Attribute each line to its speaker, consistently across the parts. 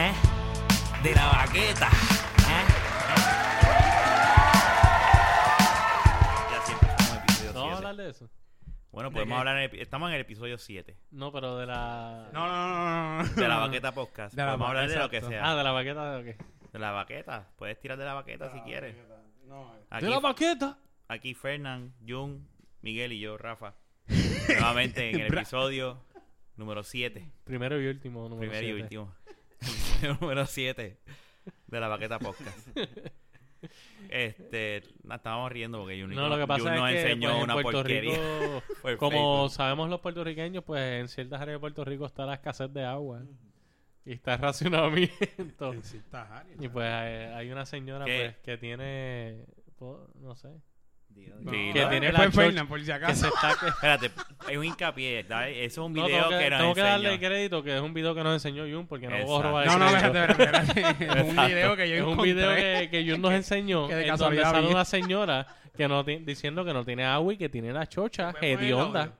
Speaker 1: ¿Eh? ¿Eh? Bueno,
Speaker 2: ¿De
Speaker 1: podemos
Speaker 2: qué?
Speaker 1: hablar. en el- estamos en el episodio 7
Speaker 3: No, pero de la.
Speaker 2: No, no, no, no, no.
Speaker 1: de la
Speaker 2: no.
Speaker 1: baqueta podcast.
Speaker 2: De la
Speaker 1: podemos
Speaker 2: ba-
Speaker 1: hablar de lo que
Speaker 2: exacto.
Speaker 1: sea.
Speaker 3: Ah, de la baqueta de qué?
Speaker 1: De la baqueta. Puedes tirar de la baqueta si quieres.
Speaker 2: Ah, No, eh.
Speaker 1: Aquí,
Speaker 3: De la baqueta.
Speaker 1: aquí Fernán, Jun, Miguel y yo, Rafa. Nuevamente en el
Speaker 2: Bra-
Speaker 1: episodio número 7.
Speaker 3: Primero y último, número
Speaker 1: Primero y
Speaker 3: siete.
Speaker 1: último. número 7 de la baqueta podcast. Este, no, estábamos riendo porque Jun
Speaker 3: No, lo que pasa es
Speaker 1: nos
Speaker 3: que
Speaker 1: enseñó
Speaker 3: pues, en
Speaker 1: una
Speaker 3: Puerto
Speaker 1: porquería.
Speaker 3: Rico,
Speaker 1: por
Speaker 3: como
Speaker 1: Facebook.
Speaker 3: sabemos los puertorriqueños, pues en ciertas áreas de Puerto Rico está la escasez de agua y está el racionamiento.
Speaker 2: eh, Sí, está Harry,
Speaker 3: Y
Speaker 2: está-
Speaker 3: pues hay, hay una señora
Speaker 1: ¿Qué?
Speaker 3: pues, que tiene, po- no sé,
Speaker 2: No,
Speaker 1: Sí,
Speaker 3: que
Speaker 1: no.
Speaker 3: tiene la
Speaker 2: fue
Speaker 3: church-
Speaker 2: Fernan, por si
Speaker 3: que
Speaker 2: acaso.
Speaker 3: se está que-
Speaker 1: Espérate, hay un hincapié. ¿sabes? Eso es un
Speaker 3: No,
Speaker 1: video
Speaker 3: tengo que,
Speaker 1: que nos
Speaker 3: tengo que darle
Speaker 1: enseñó.
Speaker 3: crédito que es un video que nos enseñó Jun porque no puedo
Speaker 1: Exacto.
Speaker 3: robar el
Speaker 2: No, no,
Speaker 3: crédito.
Speaker 2: espérate, espérate, espérate. Es un
Speaker 1: Exacto.
Speaker 2: video que yo
Speaker 3: es un
Speaker 2: encontré.
Speaker 3: video que, que Jun nos enseñó
Speaker 2: que de
Speaker 3: en donde
Speaker 2: casualidad
Speaker 3: sale
Speaker 2: vi.
Speaker 3: una señora que no ti- diciendo que no tiene agua y que tiene la chocha
Speaker 2: ¿Puedes poner el
Speaker 3: hedionda.
Speaker 2: audio?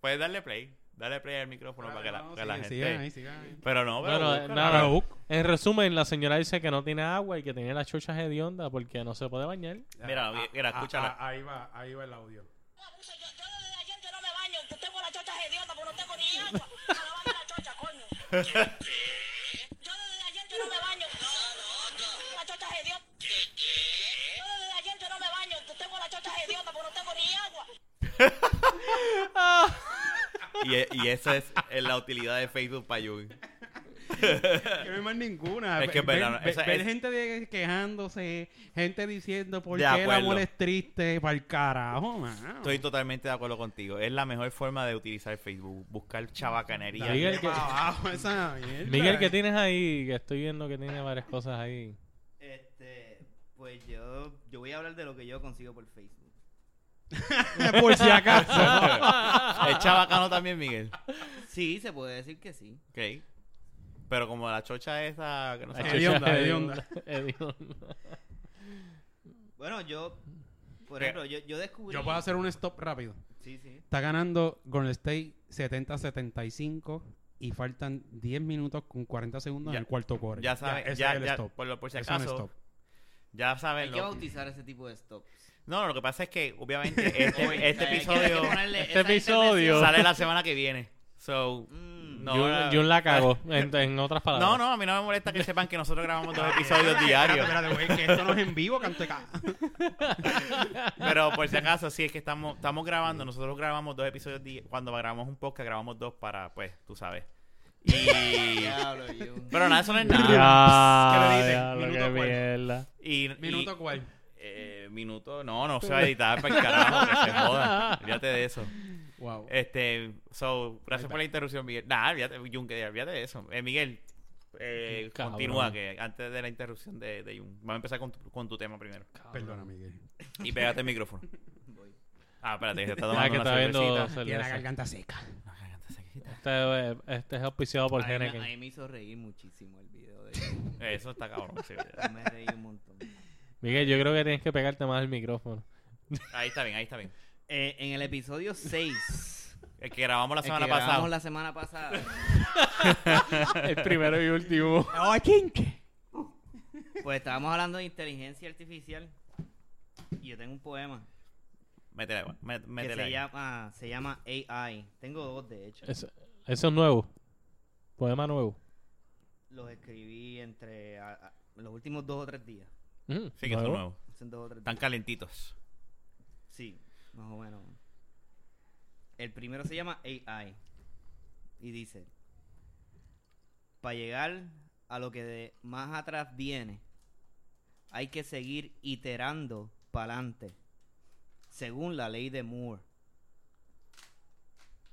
Speaker 1: Puedes darle play. Dale play al micrófono para que la,
Speaker 2: Ah, No,
Speaker 1: para la
Speaker 2: sigue,
Speaker 1: gente.
Speaker 2: sigan ahí, sigan ahí.
Speaker 1: Pero no, pero
Speaker 3: Bueno,
Speaker 1: búscala.
Speaker 3: nada.
Speaker 2: Pero, uh,
Speaker 3: En resumen, la señora dice que no tiene agua y que tiene las chochas hediondas porque no se puede bañar.
Speaker 1: Mira,
Speaker 2: Ah,
Speaker 1: mira,
Speaker 2: ah,
Speaker 1: escúchala.
Speaker 2: ah, ahí va, ahí va el audio.
Speaker 4: Yo, yo desde ayer yo no me baño, pues tengo la chocha idiota, porque no tengo ni agua para lavarme la chocha, coño. Yo desde ayer yo no me baño. La chocha idiota. Yo desde ayer yo no me baño, pues tengo la chocha idiota, porque no tengo ni agua.
Speaker 1: Y, y esa es eh, la utilidad de Facebook para Jun.
Speaker 2: Que no hay más ninguna.
Speaker 1: Es que es
Speaker 2: Ver-
Speaker 1: verdad,
Speaker 2: ver-
Speaker 1: esa
Speaker 2: ver
Speaker 1: es-
Speaker 2: gente de- quejándose, gente diciendo por
Speaker 1: De
Speaker 2: qué el
Speaker 1: acuerdo.
Speaker 2: amor es triste, para el carajo, mano.
Speaker 1: Estoy totalmente de acuerdo contigo. Es la mejor forma de utilizar Facebook. Buscar chabacanería.
Speaker 3: Miguel,
Speaker 2: Dale
Speaker 3: que-
Speaker 2: pa' abajo esa mierda.
Speaker 3: Miguel, ¿qué tienes ahí? Que estoy viendo que tiene varias cosas ahí.
Speaker 5: Este, pues yo, yo voy a hablar de lo que yo consigo por Facebook.
Speaker 2: Por si acaso.
Speaker 1: es chabacano también, Miguel.
Speaker 5: Sí, se puede decir que sí.
Speaker 1: Ok. Pero como la chocha esa que no
Speaker 3: La
Speaker 1: sabe-
Speaker 3: chocha
Speaker 2: Hedionda, hedionda.
Speaker 3: hedionda.
Speaker 5: Bueno, yo, por
Speaker 1: Mira,
Speaker 5: ejemplo, yo, yo descubrí...
Speaker 2: Yo puedo hacer un stop rápido.
Speaker 5: Sí, sí.
Speaker 2: Está ganando Golden State 70-75 y faltan 10 minutos con 40 segundos
Speaker 1: Ya.
Speaker 2: en el cuarto quarter.
Speaker 1: Ya saben,
Speaker 2: ese
Speaker 1: ya,
Speaker 2: es el
Speaker 1: ya,
Speaker 2: stop.
Speaker 1: por, lo- por si
Speaker 2: Ese es un
Speaker 1: acaso,
Speaker 2: stop.
Speaker 1: ya
Speaker 5: Hay
Speaker 1: saben.
Speaker 5: que
Speaker 1: Lo,
Speaker 5: bautizar ese tipo de stops.
Speaker 1: no, no, lo que pasa es que obviamente este, este episodio
Speaker 3: Este episodio-
Speaker 1: sale la semana que viene. So,
Speaker 5: Mm.
Speaker 1: no,
Speaker 3: Jun,
Speaker 1: la-
Speaker 3: Jun la cagó, en, en otras palabras.
Speaker 1: No, no, a mí no me molesta que sepan que nosotros grabamos dos episodios diarios.
Speaker 2: Espérate, espérate, güey, que esto no es en vivo, canteca.
Speaker 1: Pero por si acaso, sí, es que estamos, estamos grabando. Nosotros grabamos dos episodios diarios. Cuando grabamos un podcast, grabamos dos para, pues, tú sabes. Y...
Speaker 5: Diablo, Jun.
Speaker 1: Pero nada, eso no es
Speaker 3: Ya,
Speaker 1: nada.
Speaker 2: ¿Qué le dicen?
Speaker 3: ya, lo
Speaker 2: Minuto
Speaker 3: que
Speaker 2: cuarto.
Speaker 3: mierda.
Speaker 1: Y, y-
Speaker 2: Minuto cuál.
Speaker 1: eh, minuto, no, no se va a editar para el carajo, que se joda. Olvídate de eso.
Speaker 2: Wow.
Speaker 1: Este, so,
Speaker 2: Ahí
Speaker 1: gracias
Speaker 2: va.
Speaker 1: por la interrupción, Miguel. Nada, olvídate, Jun, que olvídate de eso. Eh, Miguel, eh,
Speaker 3: Cabrón.
Speaker 1: continúa, que antes de la interrupción de, de Jun. Vamos a empezar con tu, con tu tema primero.
Speaker 2: Perdona, Miguel.
Speaker 1: Y pégate el micrófono.
Speaker 5: Voy.
Speaker 1: Ah, espérate, que se está
Speaker 3: Ah,
Speaker 1: tomando
Speaker 3: que
Speaker 1: una
Speaker 3: está viendo eh.
Speaker 1: cervecita.
Speaker 2: Tiene la
Speaker 3: cerveza.
Speaker 2: garganta seca.
Speaker 3: Este, eh, este es auspiciado por
Speaker 5: Ahí me,
Speaker 3: Henneken.
Speaker 5: ahí me hizo reír muchísimo el video de Jun.
Speaker 1: Eso está cabrón. sí.
Speaker 5: Me reí un montón.
Speaker 3: Miguel, yo creo que tienes que pegarte más el micrófono.
Speaker 1: Ahí está bien, ahí está bien.
Speaker 5: Eh, en el episodio 6,
Speaker 1: El que grabamos la
Speaker 5: el que
Speaker 1: semana
Speaker 5: grabamos
Speaker 1: pasada.
Speaker 5: la semana pasada,
Speaker 3: El primero y último.
Speaker 2: ¡Oh, chinche!
Speaker 5: pues estábamos hablando de inteligencia artificial. Y yo tengo un poema.
Speaker 1: Métele agua, mé-
Speaker 5: que
Speaker 1: métele
Speaker 5: se
Speaker 1: ahí.
Speaker 5: llama, se llama AI. Tengo dos, de hecho.
Speaker 3: Eso, eso es nuevo. Poema nuevo.
Speaker 5: Los escribí entre a- a- los últimos dos o tres días.
Speaker 3: Mm,
Speaker 1: Sí, que son nuevos.
Speaker 5: Son dos o tres
Speaker 1: Están
Speaker 5: días.
Speaker 1: calentitos.
Speaker 5: Sí, más o menos. El primero se llama AI. Y dice, para llegar a lo que de más atrás viene, hay que seguir iterando para adelante, según la ley de Moore.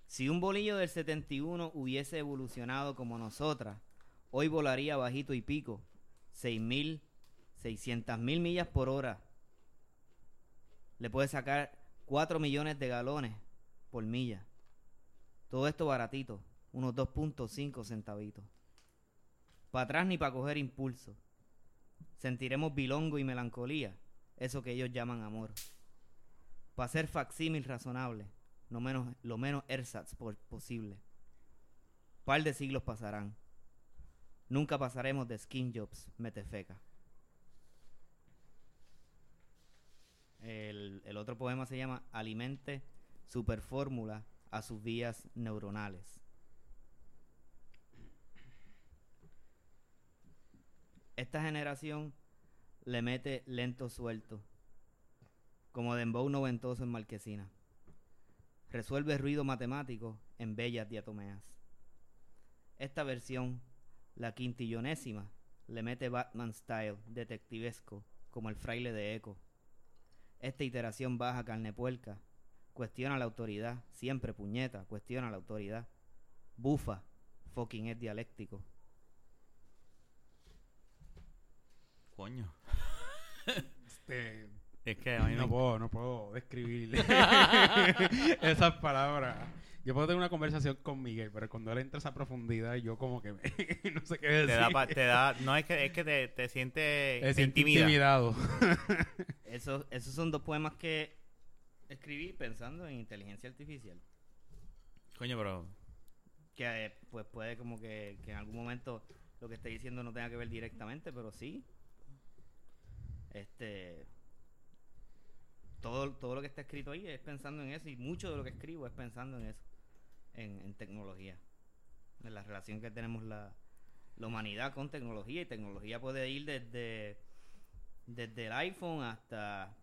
Speaker 5: Si un bolillo del 71 hubiese evolucionado como nosotras, hoy volaría bajito y pico, 6.000, 600.000 millas por hora. Le puede sacar 4 millones de galones por milla. Todo esto baratito, unos 2.5 centavitos. Para atrás ni para coger impulso. Sentiremos bilongo y melancolía, eso que ellos llaman amor. Para ser facsímil razonable, no menos, lo menos ersatz por- posible. Par de siglos pasarán. Nunca pasaremos de skin jobs, metefeca. El, el otro poema se llama Alimente superfórmula a sus vías neuronales. Esta generación le mete lento suelto, como Dembow noventoso en Marquesina. Resuelve ruido matemático en bellas diatomeas. Esta versión, la quintillonésima, le mete Batman style detectivesco, como el fraile de Echo. Esta iteración baja carne puerca, cuestiona la autoridad, siempre puñeta, cuestiona la autoridad. Bufa, fucking es dialéctico.
Speaker 1: Coño.
Speaker 2: Este,
Speaker 1: Es que a mí
Speaker 2: no
Speaker 1: me-
Speaker 2: puedo, no puedo describir esas palabras. Yo puedo tener una conversación con Miguel, pero cuando él entra a esa profundidad, yo como que me- no sé qué decir.
Speaker 1: te da, pa- te da, no es que es que te, te sientes
Speaker 2: Me
Speaker 1: te
Speaker 2: siento
Speaker 1: intimida.
Speaker 2: intimidado.
Speaker 5: Esos, esos son dos poemas que escribí pensando en inteligencia artificial.
Speaker 1: Coño, pero
Speaker 5: Que eh, pues puede como que, que en algún momento lo que esté diciendo no tenga que ver directamente, pero sí. Este todo, todo lo que está escrito ahí es pensando en eso y mucho de lo que escribo es pensando en eso, en, en tecnología, en la relación que tenemos la, la humanidad con tecnología y tecnología puede ir desde, desde el iPhone hasta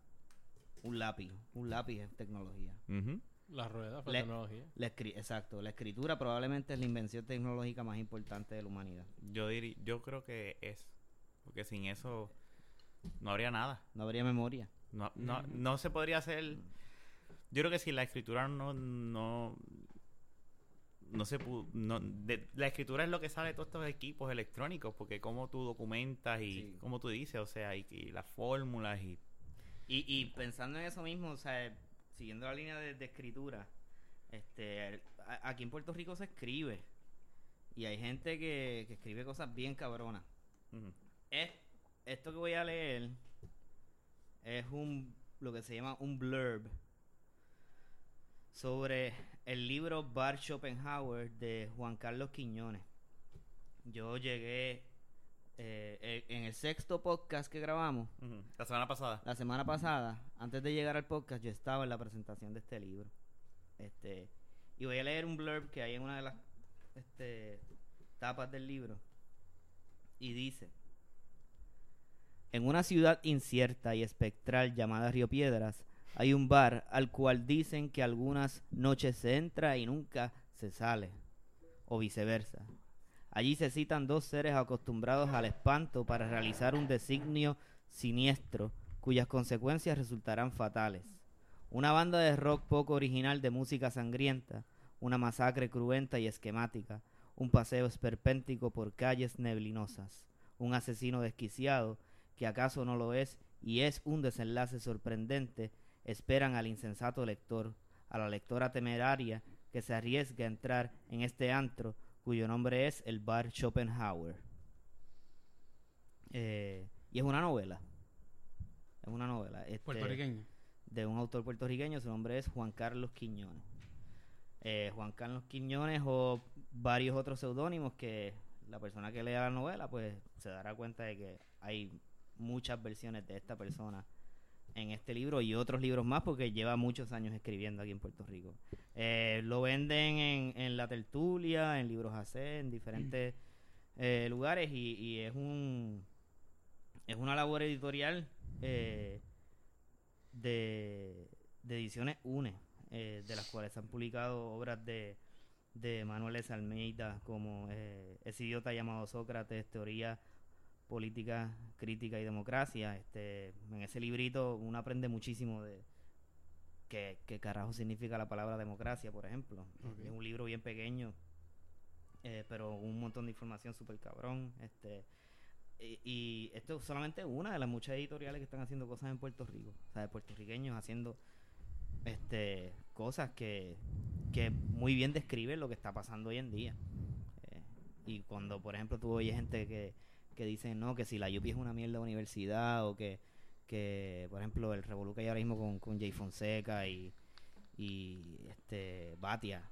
Speaker 5: un lápiz, un lápiz es tecnología.
Speaker 1: ujú.
Speaker 3: La rueda fue
Speaker 5: Le-
Speaker 3: tecnología.
Speaker 5: La escri- Exacto, la escritura probablemente es la invención tecnológica más importante de la humanidad.
Speaker 1: yo diri- yo creo que es porque sin eso no habría nada.
Speaker 5: No habría memoria.
Speaker 1: No, no, no se podría hacer. Yo creo que si la escritura no no no se pudo, no- de- la escritura es lo que sabe todos estos equipos electrónicos porque cómo tú documentas y
Speaker 5: Sí.
Speaker 1: cómo tú dices, o sea, y, y las fórmulas y
Speaker 5: Y, y pensando en eso mismo, o sea, eh, siguiendo la línea de, de escritura, este, el- a- aquí en Puerto Rico se escribe. Y hay gente que, que escribe cosas bien cabronas.
Speaker 1: ujú.
Speaker 5: Es- esto que voy a leer es un lo que se llama un blurb sobre el libro Bar Schopenhauer de Juan Carlos Quiñones. Yo llegué eh, eh, en el sexto podcast que grabamos
Speaker 1: Ujú. la semana pasada.
Speaker 5: la semana pasada, antes de llegar al podcast, yo estaba en la presentación de este libro. Este, y voy a leer un blurb que hay en una de las este, tapas del libro. Y dice: En una ciudad incierta y espectral llamada Río Piedras, hay un bar al cual dicen que algunas noches se entra y nunca se sale, o viceversa. Allí se citan dos seres acostumbrados al espanto para realizar un designio siniestro cuyas consecuencias resultarán fatales. Una banda de rock poco original de música sangrienta, una masacre cruenta y esquemática, un paseo esperpéntico por calles neblinosas, un asesino desquiciado que acaso no lo es y es un desenlace sorprendente, esperan al insensato lector, a la lectora temeraria que se arriesga a entrar en este antro cuyo nombre es el Bar Schopenhauer. Eh, y es una novela. Es una novela. este,
Speaker 2: Puertorriqueño.
Speaker 5: de un autor puertorriqueño, su nombre es Juan Carlos Quiñones. Eh, Juan Carlos Quiñones o varios otros seudónimos que la persona que lea la novela pues se dará cuenta de que hay muchas versiones de esta persona en este libro y otros libros más porque lleva muchos años escribiendo aquí en Puerto Rico. Eh, lo venden en, en La Tertulia, en Libros AC, en diferentes eh, lugares y, y es un es una labor editorial eh, de, de ediciones UNE, eh, de las cuales se han publicado obras de, de Manuel S. Almeida, como eh, Ese idiota llamado Sócrates, Teoría Política, Crítica y Democracia. Este, en ese librito uno aprende muchísimo de qué, qué carajo significa la palabra democracia, por ejemplo.
Speaker 2: Ok.
Speaker 5: Es un libro bien pequeño, eh, pero un montón de información súper cabrón. Este, y, y esto es solamente una de las muchas editoriales que están haciendo cosas en Puerto Rico. O sea, de puertorriqueños haciendo este cosas que, que muy bien describen lo que está pasando hoy en día. Eh, y cuando, por ejemplo, tú oyes gente que, que dice, no, que si la UPI es una mierda universidad o que, que por ejemplo, el revolú que hay ahora mismo con, con Jay Fonseca y, y este Batia,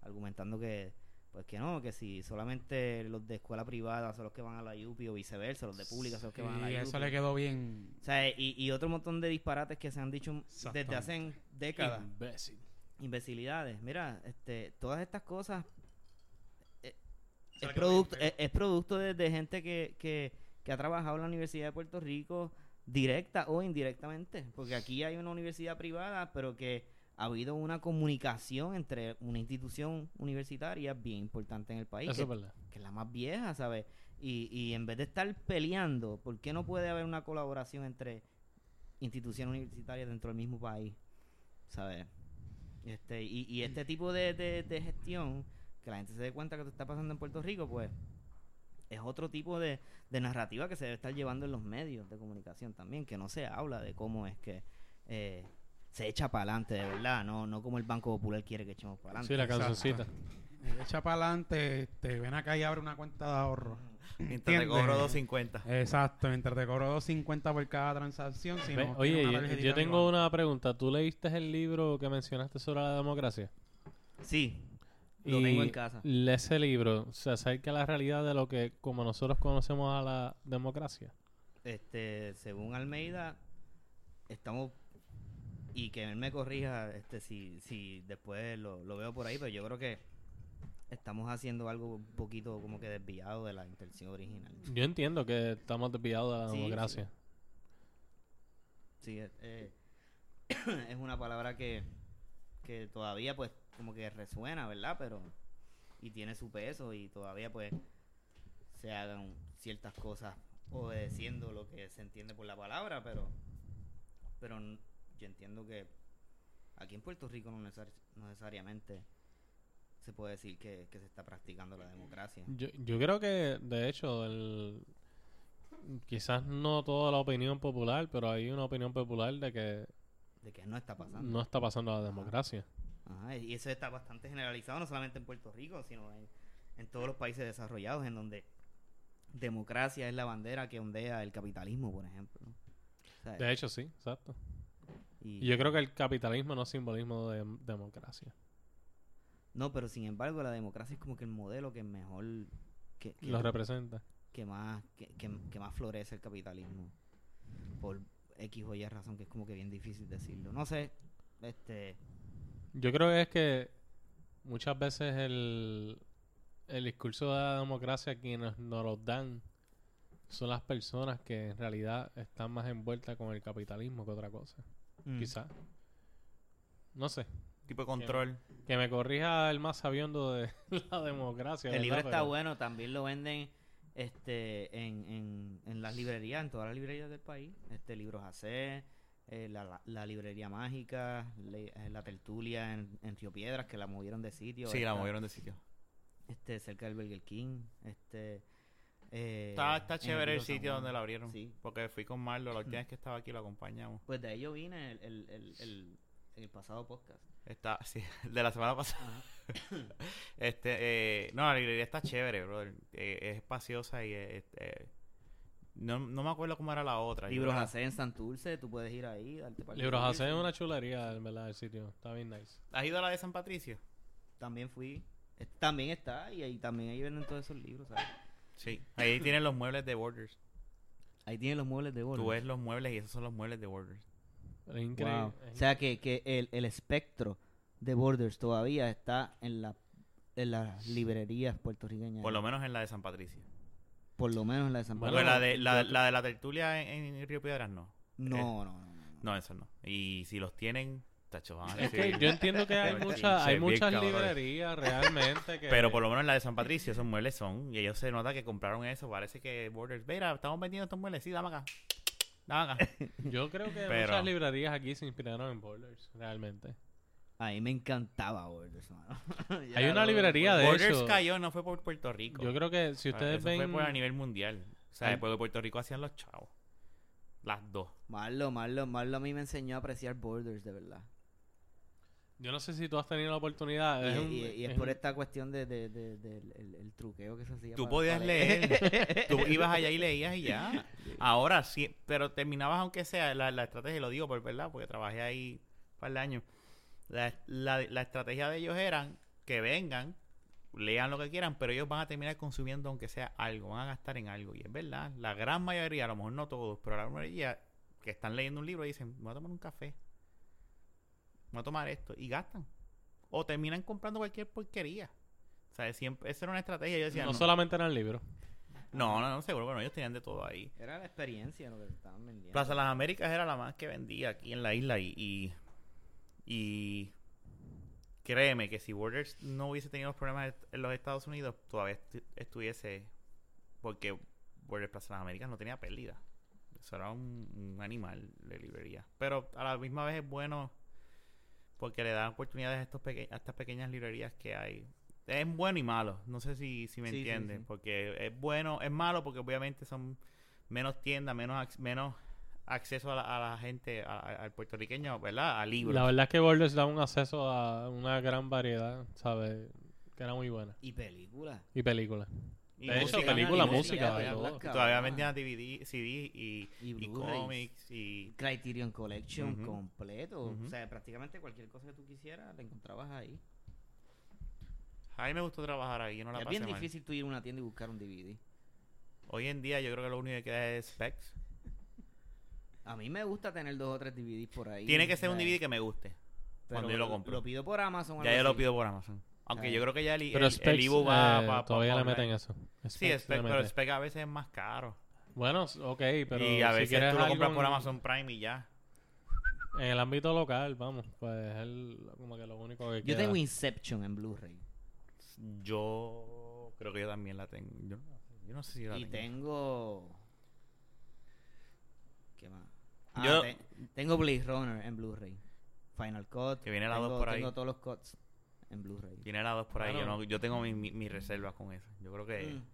Speaker 5: argumentando que pues que no, que si solamente los de escuela privada son los que van a la UPI o viceversa, los de pública son los que van a
Speaker 2: Y
Speaker 5: la
Speaker 2: eso
Speaker 5: UPI.
Speaker 2: le quedó bien.
Speaker 5: O sea, y, y otro montón de disparates que se han dicho desde
Speaker 2: Exactamente.
Speaker 5: hace décadas.
Speaker 3: Imbécil.
Speaker 5: Imbecilidades. Mira, este, todas estas cosas eh,
Speaker 2: Se
Speaker 5: es,
Speaker 2: la
Speaker 5: producto, eh,
Speaker 2: quedó bien
Speaker 5: es, es producto de, de gente que, que, que ha trabajado en la Universidad de Puerto Rico directa o indirectamente. Porque aquí hay una universidad privada, pero que ha habido una comunicación entre una institución universitaria bien importante en el país.
Speaker 3: Eso
Speaker 5: que
Speaker 3: es verdad.
Speaker 5: que es la más vieja, ¿sabes? Y, y en vez de estar peleando, ¿por qué no puede haber una colaboración entre instituciones universitarias dentro del mismo país? ¿Sabes? Este, y, y este tipo de, de- de gestión, que la gente se dé cuenta que te está pasando en Puerto Rico, pues es otro tipo de, de narrativa que se debe estar llevando en los medios de comunicación también, que no se habla de cómo es que eh, se echa para adelante, de verdad, no, no como el Banco Popular quiere que echemos para
Speaker 3: Sí,
Speaker 5: adelante. ah,
Speaker 3: la cancioncita.
Speaker 2: Echa para adelante, este, ven acá y abre una cuenta de ahorro.
Speaker 1: Mientras te cobro
Speaker 2: Entiende.
Speaker 1: 250.
Speaker 2: Exacto, mientras te cobro 2.50 por cada transacción. Si
Speaker 3: Ve,
Speaker 2: no,
Speaker 3: Oye,
Speaker 2: tienes
Speaker 3: yo-
Speaker 2: una
Speaker 3: yo,
Speaker 2: tarjetita del
Speaker 3: tengo
Speaker 2: banco.
Speaker 3: una pregunta. ¿Tú leíste el libro que mencionaste sobre la democracia?
Speaker 5: Sí, lo tengo en casa.
Speaker 3: lee Ese libro se acerca a la realidad de lo que, como nosotros conocemos a la democracia.
Speaker 5: este, según Almeida, estamos y que él me corrija este si, si después lo, lo veo por ahí, pero yo creo que estamos haciendo algo un poquito como que desviado de la intención original.
Speaker 3: Yo entiendo que estamos desviados de la
Speaker 5: Sí,
Speaker 3: democracia.
Speaker 5: Sí, es, eh, es una palabra que, que todavía pues como que resuena, ¿verdad? Pero y tiene su peso y todavía pues se hagan ciertas cosas obedeciendo lo que se entiende por la palabra, pero pero n- yo entiendo que aquí en Puerto Rico no, necesar- no necesariamente se puede decir que, que se está practicando la democracia.
Speaker 3: Yo, yo creo que, de hecho, el, quizás no toda la opinión popular, pero hay una opinión popular de que
Speaker 5: De que no está pasando.
Speaker 3: no está pasando la democracia.
Speaker 5: Ajá, y eso está bastante generalizado, no solamente en Puerto Rico, sino en, en todos los países desarrollados, en donde democracia es la bandera que ondea el capitalismo, por ejemplo. ¿Sabes?
Speaker 3: De hecho, sí, exacto.
Speaker 5: Y-
Speaker 3: Y yo creo que el capitalismo no es simbolismo de democracia.
Speaker 5: No, pero sin embargo, la democracia es como que el modelo que mejor, que, que-
Speaker 3: Lo representa.
Speaker 5: que más, que, que- que más florece el capitalismo. Por X o Y razón, que es como que bien difícil decirlo. No sé, este,
Speaker 3: Yo creo que es que muchas veces el, el discurso de la democracia quienes nos lo dan son las personas que en realidad están más envueltas con el capitalismo que otra cosa.
Speaker 5: mm,
Speaker 3: Quizás. No sé.
Speaker 1: Tipo de control.
Speaker 3: Que me corrija el más sabiendo de la democracia.
Speaker 5: El libro
Speaker 3: ¿verdad?
Speaker 5: está
Speaker 3: Pero-
Speaker 5: bueno, también lo venden este en, en, en las librerías, en todas las librerías del país. Este libros AC, eh, la, la- la librería mágica, le- eh, la tertulia en, en Río Piedras, que la movieron de sitio.
Speaker 1: Sí, la
Speaker 5: esta,
Speaker 1: movieron de sitio.
Speaker 5: Este, cerca del Burger King. Este, eh,
Speaker 1: Está, está
Speaker 5: en
Speaker 1: chévere el
Speaker 5: Río San
Speaker 1: sitio
Speaker 5: Juan.
Speaker 1: donde la abrieron.
Speaker 5: Sí.
Speaker 1: Porque fui con Marlo, la última vez que estaba aquí lo acompañamos.
Speaker 5: Pues de ahí yo vine el, el, el, el- en el pasado podcast.
Speaker 1: Está, sí, el de la semana pasada. este, eh, no, la librería está chévere, bro. es espaciosa y eh, eh, no, no me acuerdo cómo era la otra. Yo
Speaker 5: Libros
Speaker 1: creo-
Speaker 5: AC en Santurce, tú puedes ir ahí, darte para
Speaker 3: Libros hace es una chulería, en verdad, el sitio. Está bien nice.
Speaker 1: ¿Has ido a la de San Patricio?
Speaker 5: También fui. Eh, También está, y ahí también ahí venden todos esos libros, ¿sabes?
Speaker 1: Sí. Ahí tienen los muebles de Borders.
Speaker 5: Ahí tienen los muebles de oro.
Speaker 1: Tú ves los muebles y esos son los muebles de Borders.
Speaker 3: Es increíble.
Speaker 5: O sea que, que el, el espectro de Borders todavía está en la en las librerías puertorriqueñas.
Speaker 1: Por lo menos en la de San Patricio.
Speaker 5: Por lo menos en la de San
Speaker 3: Bueno,
Speaker 5: Pablo.
Speaker 1: Porque la de eh. la,
Speaker 3: yo-
Speaker 1: la de la tertulia en, en Río Piedras no.
Speaker 5: no, no, no, no, no.
Speaker 1: No, eso no. Y si los tienen, tachos van a
Speaker 3: Es
Speaker 1: decir-
Speaker 3: que yo entiendo que hay
Speaker 1: Sí,
Speaker 3: muchas, hay
Speaker 1: bien
Speaker 3: muchas
Speaker 1: cabrón.
Speaker 3: librerías realmente que
Speaker 1: Pero por lo menos en la de San Patricio, esos muebles son. Y ellos se nota que compraron eso. Parece que Borders. Mira, estamos vendiendo estos muebles. Sí, dame acá. Dame acá.
Speaker 3: yo creo que
Speaker 1: Pero-
Speaker 3: muchas librerías aquí se inspiraron en Borders, realmente.
Speaker 5: A mí me encantaba Borders, mano. Ya
Speaker 3: Hay una
Speaker 5: lo-
Speaker 3: librería de
Speaker 1: Borders
Speaker 3: hecho.
Speaker 1: cayó, no fue por Puerto Rico.
Speaker 3: Yo creo que si
Speaker 1: O sea,
Speaker 3: ustedes
Speaker 1: Ah, eso
Speaker 3: ven
Speaker 1: fue por a nivel mundial. O sea,
Speaker 3: Hay-
Speaker 1: porque Puerto Rico hacían los chavos. Las dos.
Speaker 5: Marlo, Marlo, Marlo a mí me enseñó a apreciar Borders, de verdad.
Speaker 3: yo no sé si tú has tenido la oportunidad, es
Speaker 5: y,
Speaker 3: un-
Speaker 5: y- y es
Speaker 3: es
Speaker 5: por
Speaker 3: un-
Speaker 5: esta cuestión de, de, de- del- el, el truqueo que se hacía.
Speaker 1: Tú
Speaker 5: para-
Speaker 1: podías
Speaker 5: para
Speaker 1: leer. Tú ibas allá y leías y ya. Ahora sí, pero terminabas aunque sea la, la estrategia, lo digo por verdad, porque trabajé ahí un par de años. La, la- la estrategia de ellos eran que vengan, lean lo que quieran, pero ellos van a terminar consumiendo aunque sea algo, van a gastar en algo. Y es verdad, la gran mayoría, a lo mejor no todos, pero la gran mayoría que están leyendo un libro dicen, me voy a tomar un café, me voy a tomar esto, y gastan. o terminan comprando cualquier porquería. O sea, siempre, esa era una estrategia. Yo decía,
Speaker 3: no
Speaker 1: no,
Speaker 3: solamente eran libros.
Speaker 1: no, no, no, seguro, bueno, ellos tenían de todo ahí.
Speaker 5: Era la experiencia lo que te estaban vendiendo.
Speaker 1: Plaza Las Américas era la más que vendía aquí en la isla y, y, y créeme que si Borders no hubiese tenido los problemas en los Estados Unidos, todavía estu- estuviese, porque Borders Plaza Las Américas no tenía pérdida. Eso era un, un animal de librería. Pero a la misma vez es bueno porque le dan oportunidades a, estos peque- a estas pequeñas librerías que hay. Es bueno y malo, no sé si, si me
Speaker 5: Sí, sí,
Speaker 1: entienden,
Speaker 5: sí.
Speaker 1: porque es bueno, es malo porque obviamente son menos tiendas, menos, ac- menos acceso a la, a la gente, a- a- al puertorriqueño, ¿verdad? A libros.
Speaker 3: La verdad es que Borders da un acceso a una gran variedad, ¿sabes? Que era muy buena.
Speaker 5: Y películas.
Speaker 3: Y películas.
Speaker 1: Y
Speaker 3: de hecho,
Speaker 1: música,
Speaker 3: película,
Speaker 1: y
Speaker 3: música,
Speaker 1: todavía-
Speaker 3: todo.
Speaker 1: y Todavía vendían DVD, CD y,
Speaker 5: Y
Speaker 1: y
Speaker 5: Blu-rays.
Speaker 1: cómics y...
Speaker 5: Criterion Collection
Speaker 1: Ujú.
Speaker 5: completo.
Speaker 1: Ujú.
Speaker 5: O sea, prácticamente cualquier cosa que tú quisieras la encontrabas ahí.
Speaker 1: A mí me gustó trabajar ahí, yo no la
Speaker 5: es
Speaker 1: pasé
Speaker 5: bien
Speaker 1: mal.
Speaker 5: difícil tú ir a una tienda y buscar un DVD.
Speaker 1: Hoy en día yo creo que lo único que queda es Specs.
Speaker 5: A mí me gusta tener dos o tres DVDs por ahí.
Speaker 1: Tiene que ser un
Speaker 5: ¿sabes?
Speaker 1: DVD que me guste.
Speaker 5: Pero
Speaker 1: cuando yo lo compro.
Speaker 5: Lo pido por Amazon. o
Speaker 1: Ya
Speaker 5: algo
Speaker 1: yo lo
Speaker 5: así. Ah.
Speaker 1: pido por Amazon. Aunque
Speaker 5: Ahí.
Speaker 1: yo creo que ya el, el,
Speaker 3: Pero
Speaker 1: el
Speaker 3: Specs,
Speaker 1: Ibu va,
Speaker 3: eh,
Speaker 1: va- va
Speaker 3: todavía le
Speaker 1: online.
Speaker 3: meten eso.
Speaker 1: Sí,
Speaker 3: Specs le
Speaker 1: Specs, pero
Speaker 3: mete.
Speaker 1: Specs a veces es más caro.
Speaker 3: Bueno, s- ok, pero
Speaker 1: y a
Speaker 3: si
Speaker 1: veces
Speaker 3: quieres
Speaker 1: tú lo
Speaker 3: algo
Speaker 1: compras por
Speaker 3: en-
Speaker 1: Amazon Prime y ya.
Speaker 3: En el ámbito local, vamos, pues es el- como que lo único que
Speaker 5: Yo
Speaker 3: queda.
Speaker 5: tengo Inception en Blu-ray.
Speaker 1: Yo creo que yo también la tengo. Yo no, yo no sé si la
Speaker 5: Y
Speaker 1: tengo.
Speaker 5: tengo. ¿Qué más? Ah,
Speaker 1: Yo-
Speaker 5: te- tengo Blade Runner en Blu-ray. Final Cut.
Speaker 1: Que viene la
Speaker 5: tengo,
Speaker 1: dos por ahí.
Speaker 5: Tengo todos los cuts en Blu-ray.
Speaker 1: Tiene las dos por ahí. Yo,
Speaker 3: Claro.
Speaker 1: no- yo tengo mi- mi- mis reservas con eso. Yo creo que.
Speaker 5: Mm.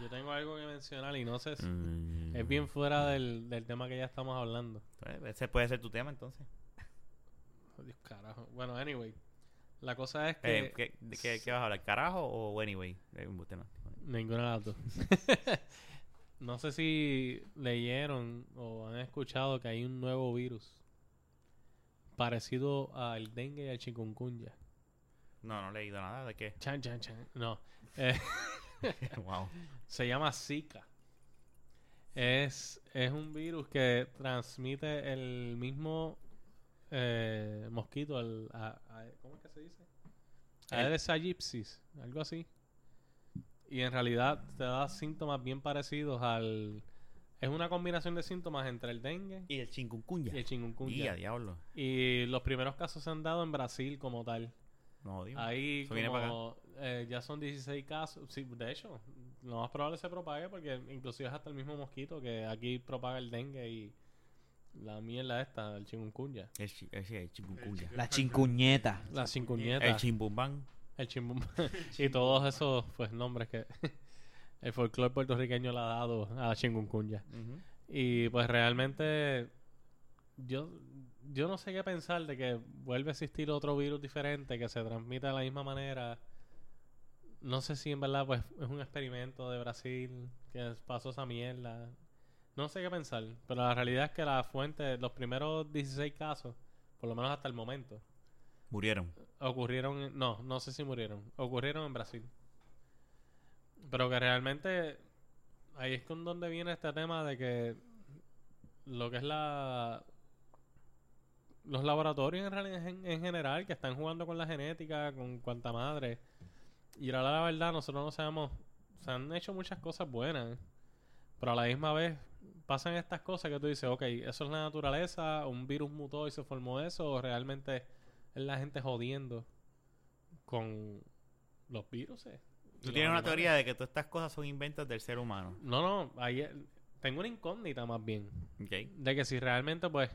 Speaker 3: Yo tengo algo que mencionar y no sé si
Speaker 1: Mm.
Speaker 3: es bien fuera del, del tema que ya estamos hablando.
Speaker 1: Pues, Ese puede ser tu tema entonces.
Speaker 3: Oh, Dios carajo. Bueno, anyway. La cosa es que
Speaker 1: Eh, ¿qué, de qué, qué vas a hablar? ¿Carajo o anyway? Eh, un bustero.
Speaker 3: ninguna de las dos. no sé si leyeron o han escuchado que hay un nuevo virus parecido al dengue y al chikungunya.
Speaker 1: No, no he leído nada. ¿De qué?
Speaker 3: Chan, chan, chan. No. Eh,
Speaker 1: wow.
Speaker 3: Se llama Zika. Es, es un virus que transmite el mismo eh, mosquito, el, a- a- ¿cómo es que se dice?
Speaker 1: El-
Speaker 3: Aedes aegypti, algo así. Y en realidad te da síntomas bien parecidos al... Es una combinación de síntomas entre el dengue
Speaker 1: Y el chikungunya.
Speaker 3: y el
Speaker 1: Día,
Speaker 3: chikungunya.
Speaker 1: diablo.
Speaker 3: Y los primeros casos se han dado en Brasil como tal.
Speaker 1: No odio.
Speaker 3: Ahí
Speaker 1: Eso viene
Speaker 3: como, eh, ya son 16 casos. Sí, de hecho, lo más probable se propague porque inclusive es hasta el mismo mosquito que aquí propaga el dengue y la mierda esta, el chikungunya.
Speaker 1: El, chi- ese es el chikungunya.
Speaker 5: La chincuñeta.
Speaker 3: La cincuñeta,
Speaker 1: El
Speaker 3: el,
Speaker 1: chimbumbán.
Speaker 3: chimbum y todos esos pues nombres que el folclore puertorriqueño le ha dado a la chikungunya.
Speaker 1: Ujú.
Speaker 3: Y pues realmente yo, yo no sé qué pensar de que vuelve a existir otro virus diferente que se transmita de la misma manera. No sé si en verdad pues es un experimento de Brasil que pasó esa mierda. No sé qué pensar, pero la realidad es que la fuente, los primeros 16 casos, por lo menos hasta el momento,
Speaker 1: Murieron.
Speaker 3: ocurrieron, en- no, no sé si murieron, ocurrieron en Brasil. Pero que realmente ahí es con donde viene este tema de que lo que es la los laboratorios en realidad en, en general que están jugando con la genética, con cuanta madre. Y ahora la verdad, nosotros no sabemos, se han hecho muchas cosas buenas, pero a la misma vez pasan estas cosas que tú dices, ok, eso es la naturaleza, un virus mutó y se formó eso, o realmente es la gente jodiendo con los virus.
Speaker 1: Tú tienes una teoría de que todas estas cosas son inventos del ser humano.
Speaker 3: No, no, ahí eh, tengo una incógnita más bien,
Speaker 1: Ok,
Speaker 3: de que si realmente pues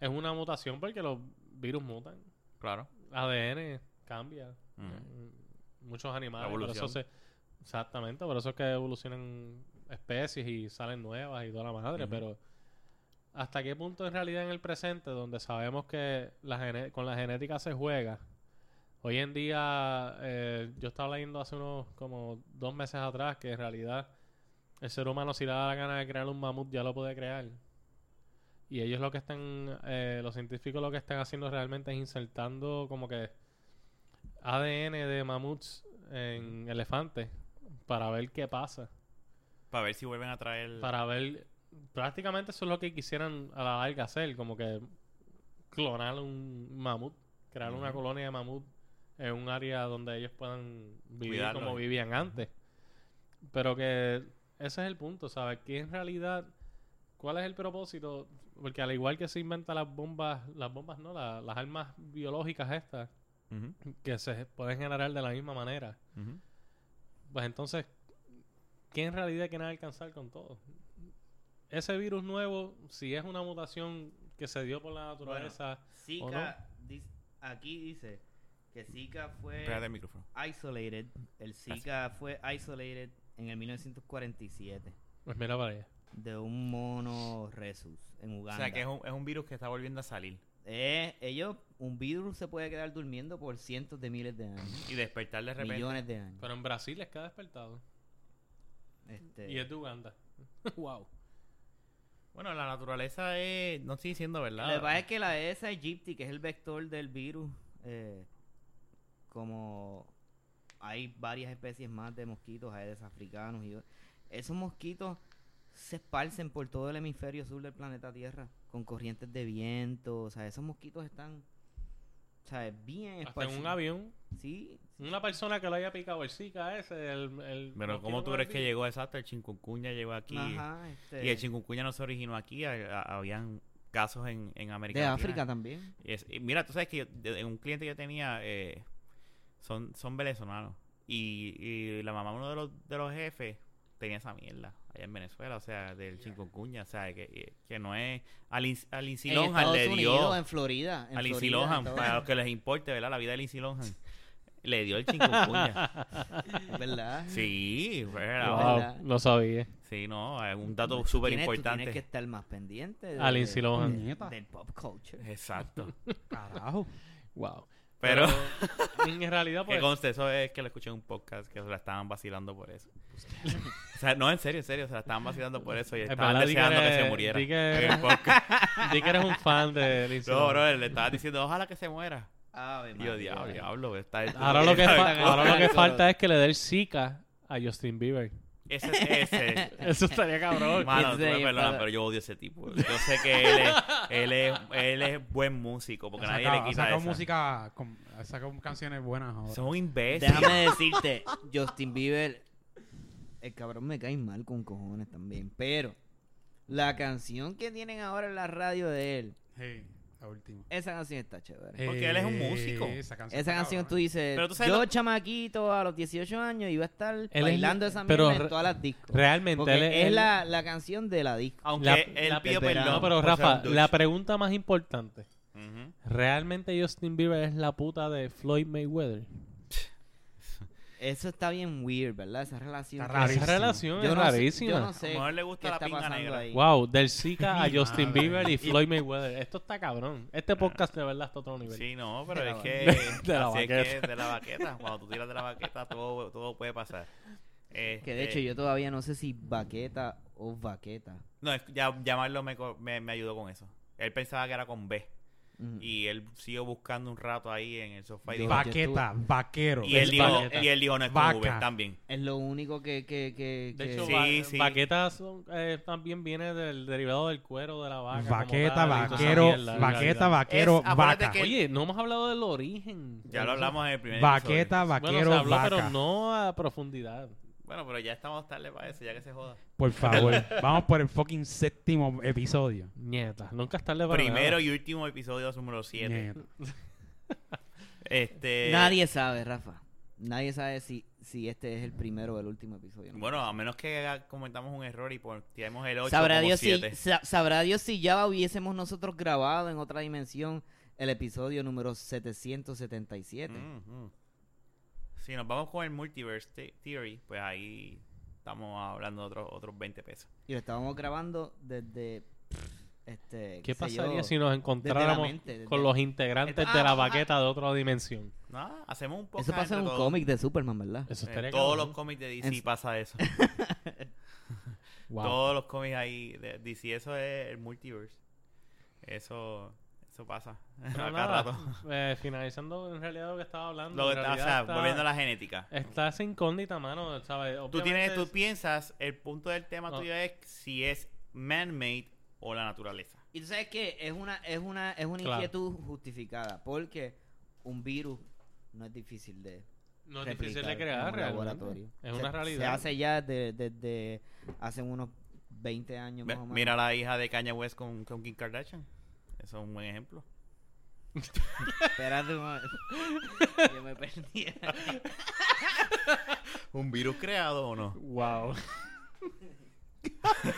Speaker 3: es una mutación porque los virus mutan,
Speaker 1: claro.
Speaker 3: ADN cambia,
Speaker 1: Ujú.
Speaker 3: eh, muchos animales,
Speaker 1: La
Speaker 3: por eso
Speaker 1: evolución.
Speaker 3: se, exactamente, por eso es que evolucionan especies y salen nuevas y toda la madre,
Speaker 1: Ujú.
Speaker 3: pero ¿hasta qué punto en realidad en el presente, donde sabemos que la gene- con la genética se juega? Hoy en día, eh, yo estaba leyendo hace unos como dos meses atrás que en realidad el ser humano si le da la gana de crear un mamut ya lo puede crear. Y ellos lo que están, eh, los científicos lo que están haciendo realmente es insertando como que ADN de mamuts en elefantes para ver qué pasa.
Speaker 1: Para ver si vuelven a traer.
Speaker 3: Para ver, prácticamente eso es lo que quisieran a la larga hacer, como que clonar un mamut. crear una colonia de mamut en un área donde ellos puedan vivir
Speaker 1: Cuidarlo,
Speaker 3: como
Speaker 1: eh.
Speaker 3: vivían antes. Pero que ese es el punto, ¿sabes? Que en realidad, ¿cuál es el propósito? Porque al igual que se inventan las bombas, las bombas no, la- las armas biológicas estas,
Speaker 1: Ujú,
Speaker 3: que se pueden generar de la misma manera.
Speaker 1: ujú.
Speaker 3: Pues entonces, ¿qué en realidad quieren alcanzar con todo? Ese virus nuevo, si es una mutación que se dio por la naturaleza,
Speaker 5: Zika, dis- aquí dice que Zika fue
Speaker 1: Pégate el micrófono.
Speaker 5: isolated. El Zika fue isolated en el 1947
Speaker 3: pues mira para allá.
Speaker 5: de un mono rhesus en
Speaker 1: O
Speaker 5: Uganda.
Speaker 1: sea, que es un, es un virus que está volviendo a salir.
Speaker 5: Eh, ellos, un virus se puede quedar durmiendo por cientos de miles de años,
Speaker 1: Y despertar de repente.
Speaker 5: millones de años.
Speaker 3: Pero en Brasil es que ha despertado.
Speaker 5: Este,
Speaker 3: Y es de Uganda. wow.
Speaker 1: Bueno, la naturaleza es... No estoy diciendo, ¿verdad?
Speaker 5: Lo que pasa es que la ESA aegypti, que es el vector del virus, eh, como hay varias especies más de mosquitos, aedes africanos y o- esos mosquitos se esparcen por todo el hemisferio sur del planeta Tierra con corrientes de viento, o sea, esos mosquitos están o sea, bien
Speaker 3: Hasta en
Speaker 5: esparcidos.
Speaker 3: un avión.
Speaker 5: Sí,
Speaker 3: Una persona que lo haya picado el Zika ese, el... el
Speaker 1: Pero ¿cómo tú crees que llegó exacto? El chikungunya llegó aquí.
Speaker 5: ajá, este,
Speaker 1: Y el chikungunya no se originó aquí. a- a- habían casos en, en América
Speaker 5: de
Speaker 1: Latina.
Speaker 5: África también.
Speaker 1: Y es- y mira, tú sabes que yo- de- de un cliente que yo tenía eh, son, son venezolanos. Y, y la mamá de uno de los, de los jefes tenía esa mierda allá en Venezuela, o sea, del chikungunya, o sea, que, eh, que no es. A Lindsay a Lindsay
Speaker 5: en
Speaker 1: Lohan
Speaker 5: Estados
Speaker 1: le dio.
Speaker 5: Unidos, en Florida, en
Speaker 1: a Lindsay
Speaker 5: Florida,
Speaker 1: Lohan,
Speaker 5: Estados-
Speaker 1: para los que les importe, ¿verdad? La vida de Lindsay Lohan. Le dio el chikungunya.
Speaker 5: ¿verdad?
Speaker 1: sí, era-
Speaker 5: Wow.
Speaker 3: no sabía.
Speaker 1: Sí, no, es un dato
Speaker 5: Tú
Speaker 1: súper
Speaker 5: tienes- tú
Speaker 1: importante.
Speaker 5: Tienes que estar más pendiente de-
Speaker 3: A Lindsay
Speaker 5: de-
Speaker 3: Lohan.
Speaker 2: Puñeta.
Speaker 5: del pop culture.
Speaker 1: Exacto.
Speaker 2: Carajo.
Speaker 3: Wow.
Speaker 1: Pero,
Speaker 3: en realidad,
Speaker 1: que
Speaker 3: pues...
Speaker 1: conste, eso es que lo escuché en un podcast que se la estaban vacilando por eso. o sea, no, en serio, en serio, se la estaban vacilando por eso y
Speaker 3: Es
Speaker 1: estaban
Speaker 3: verdad, di que
Speaker 1: deseando que,
Speaker 3: eres-
Speaker 1: se muriera.
Speaker 3: di que-
Speaker 1: en el podcast.
Speaker 3: Di que eres un fan de Lindsay
Speaker 1: no,
Speaker 3: Lohan.
Speaker 1: bro, le estaban diciendo, ojalá que se muera.
Speaker 5: Ave
Speaker 1: Y yo,
Speaker 5: María.
Speaker 1: diablo, diablo, está
Speaker 3: Ahora lo que, fa- ahora lo que
Speaker 5: Exacto.
Speaker 3: falta es que le dé el Zika a Justin Bieber.
Speaker 1: Ese, ese.
Speaker 3: Eso estaría cabrón.
Speaker 1: Mano, tú
Speaker 5: Ese
Speaker 1: me
Speaker 5: es
Speaker 1: perdonas,
Speaker 5: para-
Speaker 1: pero yo odio ese tipo. Yo sé que él es, él es, él es buen músico, porque nadie le
Speaker 2: Saca-
Speaker 1: quita
Speaker 2: saca
Speaker 1: eso.
Speaker 2: música, con, saca canciones buenas ahora.
Speaker 1: Son imbéciles.
Speaker 5: Déjame decirte, Justin Bieber, el cabrón me cae mal con cojones también, pero la canción que tienen ahora en la radio de él,
Speaker 2: Sí, la última. Eh,
Speaker 5: esa canción está chévere.
Speaker 1: Porque él es un músico.
Speaker 2: Esa canción,
Speaker 5: Esa
Speaker 2: está
Speaker 5: canción
Speaker 2: cabrona.
Speaker 5: tú dices,
Speaker 1: Pero tú sabes
Speaker 5: yo
Speaker 1: lo-
Speaker 5: chamaquito a los 18 años iba a estar
Speaker 3: es-
Speaker 5: bailando esa
Speaker 3: pero
Speaker 5: mierda
Speaker 3: re-
Speaker 5: en todas las discos.
Speaker 3: Realmente,
Speaker 5: Porque
Speaker 3: él
Speaker 5: es
Speaker 3: él-
Speaker 5: la, la canción de la disco.
Speaker 1: Aunque
Speaker 3: La-
Speaker 1: él
Speaker 3: la-
Speaker 1: pidió
Speaker 5: pero-
Speaker 1: perdón.
Speaker 3: No, pero
Speaker 1: por ser
Speaker 3: Rafa,
Speaker 1: un douche.
Speaker 3: la pregunta más importante.
Speaker 1: Ujú.
Speaker 3: ¿Realmente Justin Bieber es la puta de Floyd Mayweather?
Speaker 5: Eso está bien weird, ¿verdad? Esa relación.
Speaker 2: Está
Speaker 5: que-
Speaker 2: raro. Rarísimo.
Speaker 3: Esa relación
Speaker 5: Yo
Speaker 3: es
Speaker 5: no sé-
Speaker 3: rarísima.
Speaker 5: yo no sé
Speaker 1: A lo mejor le gusta
Speaker 5: qué
Speaker 1: la
Speaker 5: está
Speaker 1: pinga
Speaker 5: pasando
Speaker 1: negra.
Speaker 5: ahí.
Speaker 3: Wow, del Zika a
Speaker 2: Mi
Speaker 3: Justin
Speaker 2: madre.
Speaker 3: Bieber y Floyd Mayweather. Esto está cabrón. Este podcast de verdad está a otro nivel.
Speaker 1: Sí, no, pero
Speaker 5: De
Speaker 1: es
Speaker 5: la
Speaker 1: que
Speaker 3: De la
Speaker 1: así es que
Speaker 3: baqueta.
Speaker 1: de la baqueta. Cuando tú tiras de la baqueta, todo, todo puede pasar. Este,
Speaker 5: Que de hecho yo todavía no sé si baqueta o vaqueta.
Speaker 1: No, es- ya, llamarlo me, co- me, me ayudó con eso. Él pensaba que era con B.
Speaker 5: Ujú.
Speaker 1: Y él siguió buscando un rato ahí en el sofá. Y,
Speaker 5: Mm. Dijo,
Speaker 1: dijo-
Speaker 2: Baqueta, vaquero.
Speaker 1: y él,
Speaker 3: es
Speaker 1: dijo,
Speaker 3: baqueta.
Speaker 1: y él dijo, no es con V
Speaker 2: Vaca.
Speaker 1: también.
Speaker 5: Es lo único que... que, que,
Speaker 3: De
Speaker 5: que-
Speaker 3: hecho,
Speaker 1: Sí,
Speaker 3: va-
Speaker 1: sí.
Speaker 3: vaqueta son- eh, también viene del derivado del cuero de la vaca. como
Speaker 2: Vaqueta,
Speaker 3: tal, y toda esa
Speaker 2: vaquero,
Speaker 3: mierda, en
Speaker 2: vaqueta,
Speaker 3: realidad.
Speaker 2: vaquero,
Speaker 1: Es- acuérdate
Speaker 2: vaca.
Speaker 1: que-
Speaker 3: Oye, no hemos hablado del origen.
Speaker 1: Ya lo hablamos en el primer episodio.
Speaker 2: Vaqueta,
Speaker 3: Bueno,
Speaker 2: vaquero,
Speaker 3: se habló,
Speaker 2: vaca.
Speaker 3: pero no a profundidad.
Speaker 1: Bueno, pero ya estamos tarde para eso, ya que se joda.
Speaker 2: Por favor, vamos por el fucking séptimo episodio.
Speaker 3: Nieta, nunca es tarde para
Speaker 1: Primero
Speaker 3: nada.
Speaker 1: y último episodio número 7.
Speaker 2: Nieto.
Speaker 1: Este,
Speaker 5: Nadie sabe, Rafa. Nadie sabe si, si este es el primero o el último episodio. ¿no?
Speaker 1: Bueno, a menos que haga- cometamos un error y por- tiremos el 8
Speaker 5: sabrá,
Speaker 1: como
Speaker 5: Dios si,
Speaker 1: 7.
Speaker 5: sa- sabrá Dios si ya hubiésemos nosotros grabado en otra dimensión el episodio número 777.
Speaker 1: Ujú. Si nos vamos con el multiverse the- theory, pues ahí estamos hablando de otros otros 20 pesos.
Speaker 5: Y lo estábamos grabando desde... pff, Este,
Speaker 3: ¿Qué
Speaker 5: sé
Speaker 3: pasaría
Speaker 5: yo,
Speaker 3: si nos encontráramos
Speaker 5: mente, desde- Ah,
Speaker 3: con los integrantes de la vaqueta de otra dimensión?
Speaker 1: Nada, hacemos un podcast
Speaker 5: Eso pasa en
Speaker 1: entre
Speaker 5: un
Speaker 1: todos.
Speaker 5: cómic de Superman, ¿verdad?
Speaker 3: Eso
Speaker 1: En
Speaker 3: estaría
Speaker 1: todos
Speaker 3: cabrón.
Speaker 1: los cómics de DC
Speaker 5: En-
Speaker 1: pasa eso.
Speaker 3: Wow.
Speaker 1: Todos los cómics ahí de DC, eso es el multiverse. Eso eso pasa a
Speaker 3: Pero
Speaker 1: cada
Speaker 3: nada,
Speaker 1: rato.
Speaker 3: eh, finalizando en realidad lo que estaba hablando.
Speaker 1: Lo que
Speaker 3: en
Speaker 1: está- o
Speaker 3: realidad
Speaker 1: sea,
Speaker 3: está-
Speaker 1: volviendo a la genética.
Speaker 3: Está esa incógnita, mano, ¿sabes?
Speaker 1: Tú tienes tú
Speaker 3: Obviamente-
Speaker 1: piensas, el punto del tema
Speaker 3: No.
Speaker 1: tuyo es si es man-made o la naturaleza.
Speaker 5: Y tú sabes que es una, es una, es una
Speaker 3: Claro.
Speaker 5: inquietud justificada, porque un virus no es difícil de
Speaker 3: No es
Speaker 5: replicar
Speaker 3: difícil de
Speaker 5: en
Speaker 3: crear,
Speaker 5: un
Speaker 3: realmente.
Speaker 5: laboratorio.
Speaker 3: Es
Speaker 5: Se-
Speaker 3: una
Speaker 5: Se
Speaker 3: realidad.
Speaker 5: hace ya de- desde hace unos 20 años
Speaker 1: Ve-
Speaker 5: más o menos.
Speaker 1: Mira la hija de Kanye West con, con Kim Kardashian. Eso es un buen ejemplo.
Speaker 5: Espérate un momento. Yo me perdí.
Speaker 1: Ah, ¿Un virus creado o no?
Speaker 3: Wow.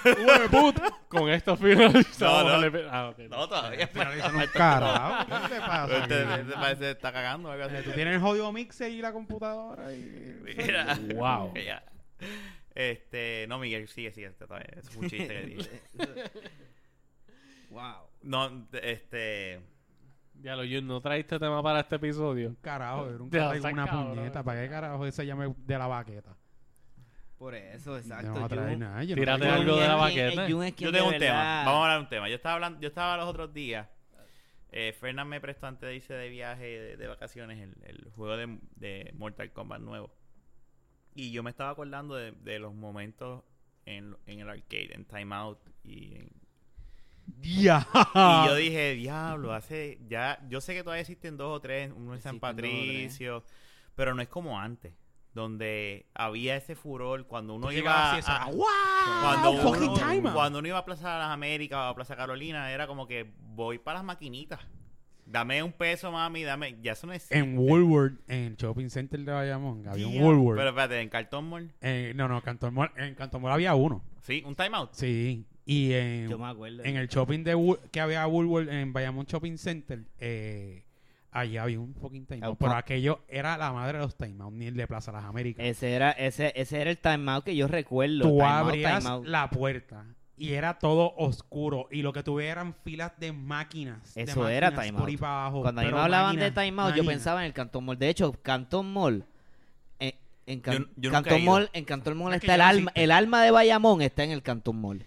Speaker 3: Hueveput. Con esto finalizamos.
Speaker 1: No, no.
Speaker 3: el epi- Ah, ok.
Speaker 1: No, todavía.
Speaker 2: Finalizan un carajo. ¿Qué te pasa?
Speaker 1: Este- este
Speaker 2: aquí?
Speaker 1: parece que está cagando. algo así.
Speaker 2: "Ah, Tú tienes el jodido mixer y la computadora y...
Speaker 1: Mira.
Speaker 3: Wow.
Speaker 1: Ya. Este, no, Miguel, sigue, sigue. está- está bien. Eso fue un chiste que dije.
Speaker 5: wow.
Speaker 1: No, este.
Speaker 3: Diablo, Jun, ¿no traiste tema para este episodio?
Speaker 2: Un carajo, era un
Speaker 3: Te vas
Speaker 2: carajo y
Speaker 3: a
Speaker 2: una
Speaker 3: cabrón.
Speaker 2: puñeta. ¿Para qué carajo ese llame de la baqueta?
Speaker 5: Por eso,
Speaker 2: Yo
Speaker 5: exacto.
Speaker 2: no va a traer
Speaker 5: Jun-
Speaker 2: nada. yo no
Speaker 3: Tírate
Speaker 2: traigo-
Speaker 3: algo de la
Speaker 5: Jun es quien- eh,
Speaker 3: baqueta. eh.
Speaker 5: Jun es
Speaker 1: Yo
Speaker 5: quien
Speaker 1: tengo
Speaker 5: de
Speaker 1: un tema.
Speaker 5: verdad-
Speaker 1: Vamos a hablar de un tema. Yo estaba hablando, yo estaba los otros días. Eh, Fernan me prestó antes de irse de viaje de, de vacaciones el, el juego de, de Mortal Kombat nuevo. Y yo me estaba acordando de, de los momentos en, en el arcade, en Time Out y en,
Speaker 2: Ya.
Speaker 1: Y yo dije, diablo, hace ya, yo sé que todavía existen dos o tres, uno en San
Speaker 5: Existen dos o tres.
Speaker 1: Patricio, pero no es como antes, donde había ese furor cuando uno
Speaker 2: Tú
Speaker 1: iba
Speaker 2: llegabas así,
Speaker 1: a,
Speaker 2: esa-
Speaker 1: cuando,
Speaker 2: ¡Wow! ah, Fucking time
Speaker 1: uno,
Speaker 2: out.
Speaker 1: cuando uno iba a Plaza de las Américas o a Plaza Carolina, era como que voy para las maquinitas. Dame un peso, mami, dame, ya eso no es
Speaker 2: En Woolworth, en el shopping center de Bayamón, había un Woolworth.
Speaker 1: Pero espérate, en Cartón Mall,
Speaker 2: Eh, no, no, Cantón Mall- en Cantón Mall había uno.
Speaker 1: sí, un time out.
Speaker 2: Sí. Y en,
Speaker 5: Yo me acuerdo.
Speaker 2: en el shopping de Wool- que había Woolworth, en Bayamón Shopping Center, eh, allá había un fucking time out.
Speaker 5: Aupa.
Speaker 2: Pero aquello era la madre de los time out, ni el de Plaza Las Américas.
Speaker 5: Ese era, ese, ese era el timeout que yo recuerdo.
Speaker 2: Tú
Speaker 5: time out,
Speaker 2: abrías
Speaker 5: time out.
Speaker 2: la puerta y era todo oscuro. Y lo que tuve eran filas de máquinas. de
Speaker 5: Eso era
Speaker 2: máquinas
Speaker 5: time
Speaker 2: por
Speaker 5: out.
Speaker 2: ahí para abajo,
Speaker 5: Cuando a mí
Speaker 2: pero
Speaker 5: me hablaban de
Speaker 2: máquinas,
Speaker 5: Time Out, yo
Speaker 2: máquinas.
Speaker 5: pensaba en el Cantón Mall. De hecho, Cantón Mall. En, en Can-
Speaker 1: Yo- yo nunca he
Speaker 5: Cantón
Speaker 1: ido.
Speaker 5: Mall, en Cantón Mall
Speaker 2: Es que
Speaker 5: está el
Speaker 2: ya no
Speaker 5: alma.
Speaker 2: existe.
Speaker 5: El alma de Bayamón está en el Cantón Mall.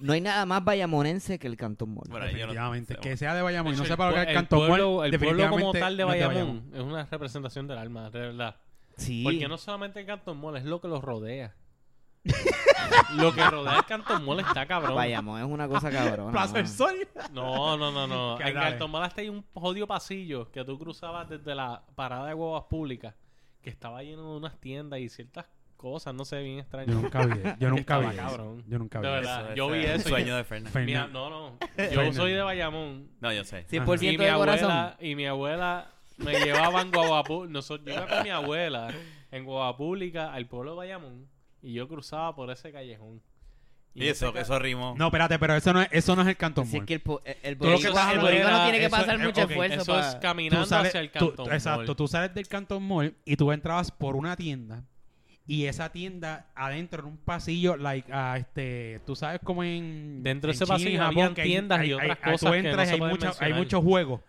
Speaker 5: No hay nada más bayamonense que el Cantón Mall.
Speaker 1: Bueno, yo no-
Speaker 2: Definitivamente.
Speaker 1: no sé.
Speaker 2: Que sea de Bayamón y no
Speaker 3: Hecho,
Speaker 2: sepa lo que es
Speaker 3: pue-
Speaker 2: el Cantón Mall,
Speaker 3: pueblo- Pues, El pueblo como
Speaker 2: definitivamente
Speaker 3: tal de
Speaker 2: no es
Speaker 3: Bayamón es una representación del alma, de verdad.
Speaker 5: sí.
Speaker 3: Porque no solamente el Cantón Mall, es lo que los rodea. lo que rodea el Cantón Mall está cabrón.
Speaker 5: Bayamón es una cosa cabrona.
Speaker 2: Plaza del
Speaker 5: mano.
Speaker 2: Sol.
Speaker 3: No, no, no, no.
Speaker 2: Que
Speaker 3: En
Speaker 2: dale.
Speaker 3: Cantón Mall hasta hay un jodido pasillo que tú cruzabas desde la parada de huevas públicas que estaba lleno de unas tiendas y ciertas cosas, no sé, bien
Speaker 2: Yo
Speaker 3: extrañas.
Speaker 2: nunca vi. Yo nunca
Speaker 3: Estaba
Speaker 2: vi. eso.
Speaker 3: cabrón.
Speaker 2: Yo nunca vi.
Speaker 3: De
Speaker 2: eso.
Speaker 3: verdad. Yo vi
Speaker 1: era un
Speaker 3: eso y-
Speaker 1: sueño de Fernan.
Speaker 2: Fernan-
Speaker 3: Mira, no, no. Yo
Speaker 2: Fernan.
Speaker 3: soy de Bayamón.
Speaker 1: No, yo sé.
Speaker 5: 100%
Speaker 3: y mi
Speaker 5: de corazón.
Speaker 3: abuela y mi abuela me llevaban guagapú nosotros yo iba con mi abuela en Guagapública al pueblo de Bayamón y yo cruzaba por ese callejón
Speaker 1: Y eso,
Speaker 3: ese ca-
Speaker 1: eso rimó.
Speaker 2: No, espérate, pero eso no es, eso no es el Cantón
Speaker 5: Así
Speaker 2: Mall.
Speaker 5: es que el, po- el- el
Speaker 2: Tú lo que
Speaker 5: boricua-
Speaker 2: pasas
Speaker 5: el
Speaker 2: por
Speaker 5: boricua no
Speaker 3: la-
Speaker 5: tiene que
Speaker 2: eso-
Speaker 5: pasar
Speaker 2: eh,
Speaker 5: mucho
Speaker 2: ok,
Speaker 5: esfuerzo
Speaker 3: eso es
Speaker 5: pa-
Speaker 2: Tú
Speaker 3: caminando
Speaker 2: sales-
Speaker 3: hacia el
Speaker 2: tú-
Speaker 3: cantón
Speaker 2: exacto,
Speaker 3: Mall.
Speaker 2: tú sales del Cantón Mall y tú entrabas por una tienda y esa tienda adentro en un pasillo, like, ah, este, tú sabes como en
Speaker 3: Dentro de
Speaker 2: en
Speaker 3: ese
Speaker 2: China y
Speaker 3: pasillo
Speaker 2: Japón,
Speaker 3: habían
Speaker 2: que hay-
Speaker 3: tiendas y
Speaker 2: hay-
Speaker 3: otras
Speaker 2: hay- tú
Speaker 3: cosas que no
Speaker 2: entras y
Speaker 3: se
Speaker 2: hay
Speaker 3: pueden
Speaker 2: mucho- hay
Speaker 3: mencionar.
Speaker 2: muchos juegos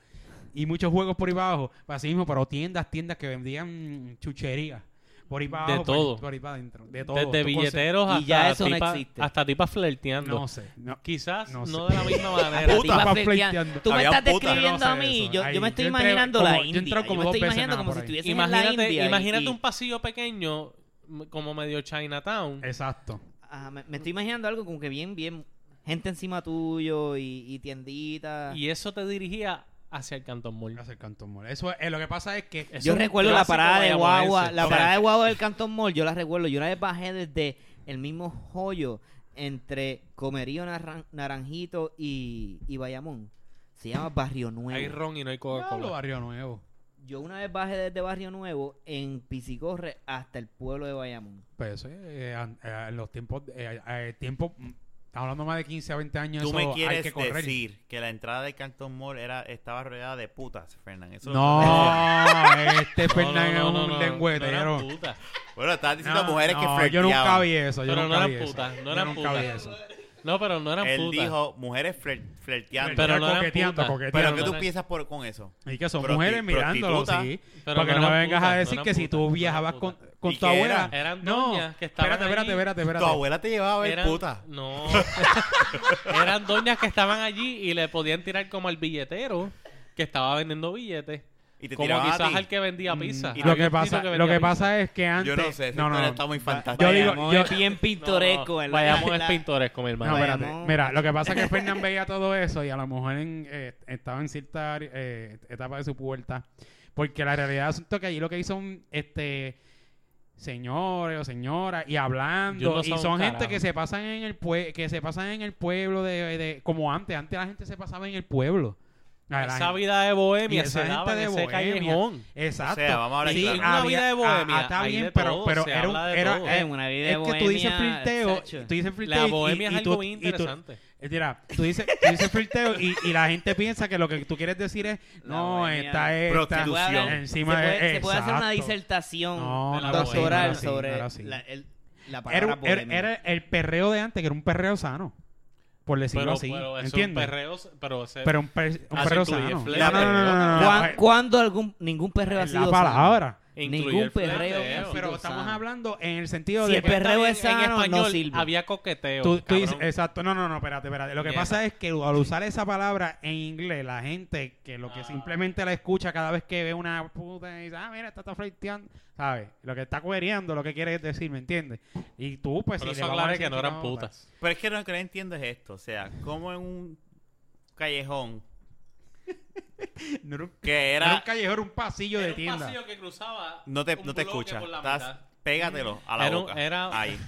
Speaker 2: y muchos juegos por ahí para abajo, así mismo, pero tiendas, tiendas que vendían chucherías por ahí para
Speaker 3: De
Speaker 2: abajo, por-
Speaker 3: todo.
Speaker 2: por ahí para adentro, de todo.
Speaker 3: desde
Speaker 2: Tú conse-
Speaker 3: billeteros hasta
Speaker 5: Y ya eso no
Speaker 3: tipas-
Speaker 5: existe.
Speaker 3: hasta tipas flerteando
Speaker 2: No sé, no.
Speaker 3: quizás no,
Speaker 2: no sé.
Speaker 3: de la misma manera
Speaker 5: La
Speaker 2: Puta,
Speaker 5: tipa
Speaker 2: pa'
Speaker 5: flerteando.
Speaker 2: flerteando.
Speaker 5: Tú me
Speaker 1: Había
Speaker 5: estás
Speaker 1: puta.
Speaker 5: describiendo
Speaker 2: Yo no
Speaker 5: a
Speaker 2: sé
Speaker 5: mí.
Speaker 2: eso.
Speaker 5: Yo, yo me
Speaker 2: Ahí,
Speaker 5: estoy
Speaker 2: yo entré
Speaker 5: imaginando
Speaker 2: como-
Speaker 5: la
Speaker 2: yo
Speaker 5: India.
Speaker 2: entré como
Speaker 5: me
Speaker 2: dos
Speaker 5: estoy
Speaker 2: veces
Speaker 5: imaginando
Speaker 2: nada
Speaker 5: como si
Speaker 2: por ahí.
Speaker 5: estuviese en la
Speaker 3: imagínate
Speaker 5: India. y-
Speaker 3: imagínate
Speaker 5: y-
Speaker 3: un pasillo pequeño m- como medio
Speaker 2: Eh,
Speaker 3: Chinatown
Speaker 2: Exacto.
Speaker 5: Ajá, me, me estoy imaginando algo como que bien, bien. Gente encima tuyo y, y tiendita.
Speaker 3: y eso te dirigía hacia el Cantón Mall
Speaker 2: Hace el Cantón Mall. Eso es, eh, lo que pasa es que
Speaker 3: Eso
Speaker 5: yo
Speaker 3: es un
Speaker 5: recuerdo la
Speaker 3: clásico
Speaker 5: parada de
Speaker 3: bayamonense.
Speaker 5: guagua. La
Speaker 3: Ok.
Speaker 5: parada de guagua del Cantón Mall, yo la recuerdo. Yo una vez bajé desde el mismo joyo entre Comerío Naran- Naranjito y, y Bayamón. Se llama Barrio
Speaker 3: hay
Speaker 5: Nuevo.
Speaker 3: ron y no hay
Speaker 2: Diablo,
Speaker 3: Coca-Cola
Speaker 2: Barrio Nuevo.
Speaker 5: Yo una vez bajé desde Barrio Nuevo en Piscicorre hasta el pueblo de Bayamón.
Speaker 2: Pues eso, eh, an- eh, en los tiempos, eh, eh, tiempo, mm, hablando más de 15 a 20 años,
Speaker 1: Tú
Speaker 2: eso
Speaker 1: me
Speaker 2: hay
Speaker 1: quieres
Speaker 2: que correr.
Speaker 1: decir que la entrada del Cantón Mall era, estaba rodeada de putas, Fernán. Eso-
Speaker 2: No,
Speaker 3: No,
Speaker 2: este
Speaker 3: no,
Speaker 2: Fernández
Speaker 3: no, no,
Speaker 2: es
Speaker 3: no,
Speaker 2: un
Speaker 3: no
Speaker 2: lengüetero.
Speaker 3: eran putas.
Speaker 1: Bueno, estabas diciendo
Speaker 2: No,
Speaker 1: mujeres que
Speaker 2: no, yo
Speaker 1: flerteaban.
Speaker 2: nunca vi eso, yo
Speaker 3: Pero no
Speaker 2: nunca
Speaker 3: eran
Speaker 2: vi eso.
Speaker 3: putas, no
Speaker 2: Yo
Speaker 3: eran
Speaker 2: nunca
Speaker 3: putas.
Speaker 2: vi eso.
Speaker 3: No, pero no eran
Speaker 1: Él
Speaker 3: putas.
Speaker 1: dijo mujeres fler- flerteando.
Speaker 3: pero
Speaker 2: Era
Speaker 3: no eran
Speaker 2: coqueteando,
Speaker 3: putas.
Speaker 2: coqueteando.
Speaker 1: Pero,
Speaker 3: pero
Speaker 1: ¿qué
Speaker 3: no
Speaker 1: tú
Speaker 3: eran-
Speaker 1: piensas por, con eso?
Speaker 2: Y que son
Speaker 1: Proti-
Speaker 2: mujeres mirándolo,
Speaker 1: prostituta.
Speaker 2: sí.
Speaker 3: Pero
Speaker 2: Porque
Speaker 3: no
Speaker 2: no, me
Speaker 3: eran
Speaker 2: vengas
Speaker 3: putas,
Speaker 2: a
Speaker 3: no
Speaker 2: decir
Speaker 3: eran
Speaker 2: que si
Speaker 3: putas,
Speaker 2: tú
Speaker 3: no eran
Speaker 2: viajabas con,
Speaker 3: putas.
Speaker 2: con
Speaker 1: ¿Y
Speaker 2: tu
Speaker 1: qué
Speaker 2: abuela.
Speaker 1: era?
Speaker 3: Eran
Speaker 2: no,
Speaker 3: doñas que estaban
Speaker 2: espérate, espérate,
Speaker 3: ahí.
Speaker 2: espérate, espérate.
Speaker 1: Tu abuela te llevaba a ver
Speaker 3: Eran-
Speaker 1: putas.
Speaker 3: No. eran doñas que estaban allí y le podían tirar como al billetero que estaba vendiendo billetes.
Speaker 1: Y te
Speaker 3: Como
Speaker 1: tiraban a
Speaker 3: quizás
Speaker 1: ti.
Speaker 3: al que vendía pizza.
Speaker 1: Mm, y
Speaker 2: Mm. lo
Speaker 3: Había
Speaker 2: que
Speaker 3: un sitio
Speaker 2: pasa, lo
Speaker 3: vendía
Speaker 2: que
Speaker 3: pizza.
Speaker 2: pasa es que antes.
Speaker 1: Yo no sé, esa
Speaker 2: no, no,
Speaker 1: historia
Speaker 2: no.
Speaker 1: está muy
Speaker 2: Yo
Speaker 1: fantástica.
Speaker 2: digo,
Speaker 5: Bayamón
Speaker 2: yo-
Speaker 5: es bien pintoresco, ¿verdad?
Speaker 3: Vayamos es
Speaker 5: La-
Speaker 3: pintoresco, mi hermano.
Speaker 2: No, espérate.
Speaker 5: Bayamón.
Speaker 2: Mira, lo que pasa es que Fernán veía todo eso y a lo mejor en, eh, estaba en cierta eh, etapa de su puerta. Porque la realidad es que allí lo que son este, señores o señoras y
Speaker 3: Yo
Speaker 2: hablando.
Speaker 3: no
Speaker 2: y
Speaker 3: sé un
Speaker 2: son gente
Speaker 3: carajo.
Speaker 2: que se pasan en el pue que se pasan en el pueblo de, de- como antes. Antes la gente se pasaba en el pueblo. A la
Speaker 3: esa
Speaker 2: gente-
Speaker 3: vida de bohemia
Speaker 2: y
Speaker 3: se
Speaker 2: esa
Speaker 3: daba en ese
Speaker 2: gente de bohemia.
Speaker 3: callejón.
Speaker 2: Exacto.
Speaker 1: O sea, vamos a hablar
Speaker 3: Sí,
Speaker 1: claro.
Speaker 3: una vida de bohemia,
Speaker 2: ah, está
Speaker 3: hay
Speaker 2: bien,
Speaker 3: de
Speaker 2: pero,
Speaker 3: todo,
Speaker 2: pero
Speaker 3: se
Speaker 2: era,
Speaker 3: habla
Speaker 2: un-
Speaker 3: de
Speaker 2: era-
Speaker 3: todo.
Speaker 2: eh,
Speaker 5: Eh, una vida
Speaker 2: es que tú dices
Speaker 5: bohemia,
Speaker 2: flirteo,
Speaker 5: chacho.
Speaker 2: tú dices
Speaker 3: La
Speaker 2: flirteo y-
Speaker 3: bohemia
Speaker 2: y
Speaker 3: es
Speaker 2: tú-
Speaker 3: algo
Speaker 2: y
Speaker 3: bien
Speaker 2: tú-
Speaker 3: interesante.
Speaker 2: Eh, Mira, tú dices, tú dices flirteo y, y la gente piensa que lo que tú quieres decir es,
Speaker 5: La
Speaker 2: no,
Speaker 5: bohemia.
Speaker 2: esta es
Speaker 5: Se puede hablar-
Speaker 1: Prostitución.
Speaker 2: encima
Speaker 5: se,
Speaker 2: de-
Speaker 5: puede, se puede hacer una
Speaker 2: exacto.
Speaker 5: disertación
Speaker 2: No, pues,
Speaker 3: no era
Speaker 5: doctoral
Speaker 3: así,
Speaker 2: no era
Speaker 5: sobre
Speaker 2: así.
Speaker 5: la, el- la
Speaker 2: Era,
Speaker 5: palabra
Speaker 2: un- era-
Speaker 5: bohemia.
Speaker 2: era el perreo de antes, que era un perreo sano, por decirlo
Speaker 3: Pero,
Speaker 2: así,
Speaker 3: pero eso es un
Speaker 2: ¿entiendes?
Speaker 3: perreo, pero ese-
Speaker 2: pero un, per- un
Speaker 3: Ah, se
Speaker 2: perreo
Speaker 3: incluye
Speaker 2: sano.
Speaker 3: fleco.
Speaker 2: No, no, no, no, no, no,
Speaker 5: ¿Cuán-
Speaker 2: no,
Speaker 5: ¿Cuándo algún, ningún perreo ha
Speaker 2: es
Speaker 5: sido
Speaker 2: la
Speaker 5: sano?
Speaker 2: palabra.
Speaker 3: incluye
Speaker 5: ningún
Speaker 3: el flirteo.
Speaker 5: perreo,
Speaker 3: Pero
Speaker 2: Pero
Speaker 5: sido
Speaker 2: estamos
Speaker 5: sano.
Speaker 2: hablando en el sentido
Speaker 5: Si
Speaker 2: de
Speaker 5: el
Speaker 2: que-
Speaker 5: perreo
Speaker 3: está bien,
Speaker 5: es sano, no
Speaker 3: en español
Speaker 5: sirve.
Speaker 3: había coqueteo.
Speaker 2: Tú, tú dices,
Speaker 3: cabrón.
Speaker 2: exacto, no, no, no, espérate, espérate. Lo que
Speaker 3: Mierda.
Speaker 2: pasa es que al usar esa palabra en inglés, la gente que lo que
Speaker 3: Ah.
Speaker 2: simplemente la escucha cada vez que ve una puta y dice, ah, mira, esta está flirteando, ¿sabes? Lo que está cuereando, lo que quiere decir, ¿me entiendes? Y tú, pues,
Speaker 3: Pero
Speaker 2: si le
Speaker 3: eso
Speaker 2: vamos a
Speaker 3: aclara
Speaker 2: decir
Speaker 3: que no eran
Speaker 2: pues,
Speaker 3: putas.
Speaker 1: Pero es que lo que no entiendo es esto. O sea, como en un callejón
Speaker 2: No era un,
Speaker 1: que
Speaker 2: era un
Speaker 1: era...
Speaker 2: callejón, era un pasillo de
Speaker 3: Era un
Speaker 2: tienda.
Speaker 3: pasillo que cruzaba
Speaker 1: No te,
Speaker 3: un
Speaker 1: no te
Speaker 3: bloque
Speaker 1: escucha.
Speaker 3: por la
Speaker 1: Estás-
Speaker 3: mitad.
Speaker 1: pégatelo a la
Speaker 3: Era un-
Speaker 1: boca.
Speaker 3: era-
Speaker 1: Ahí.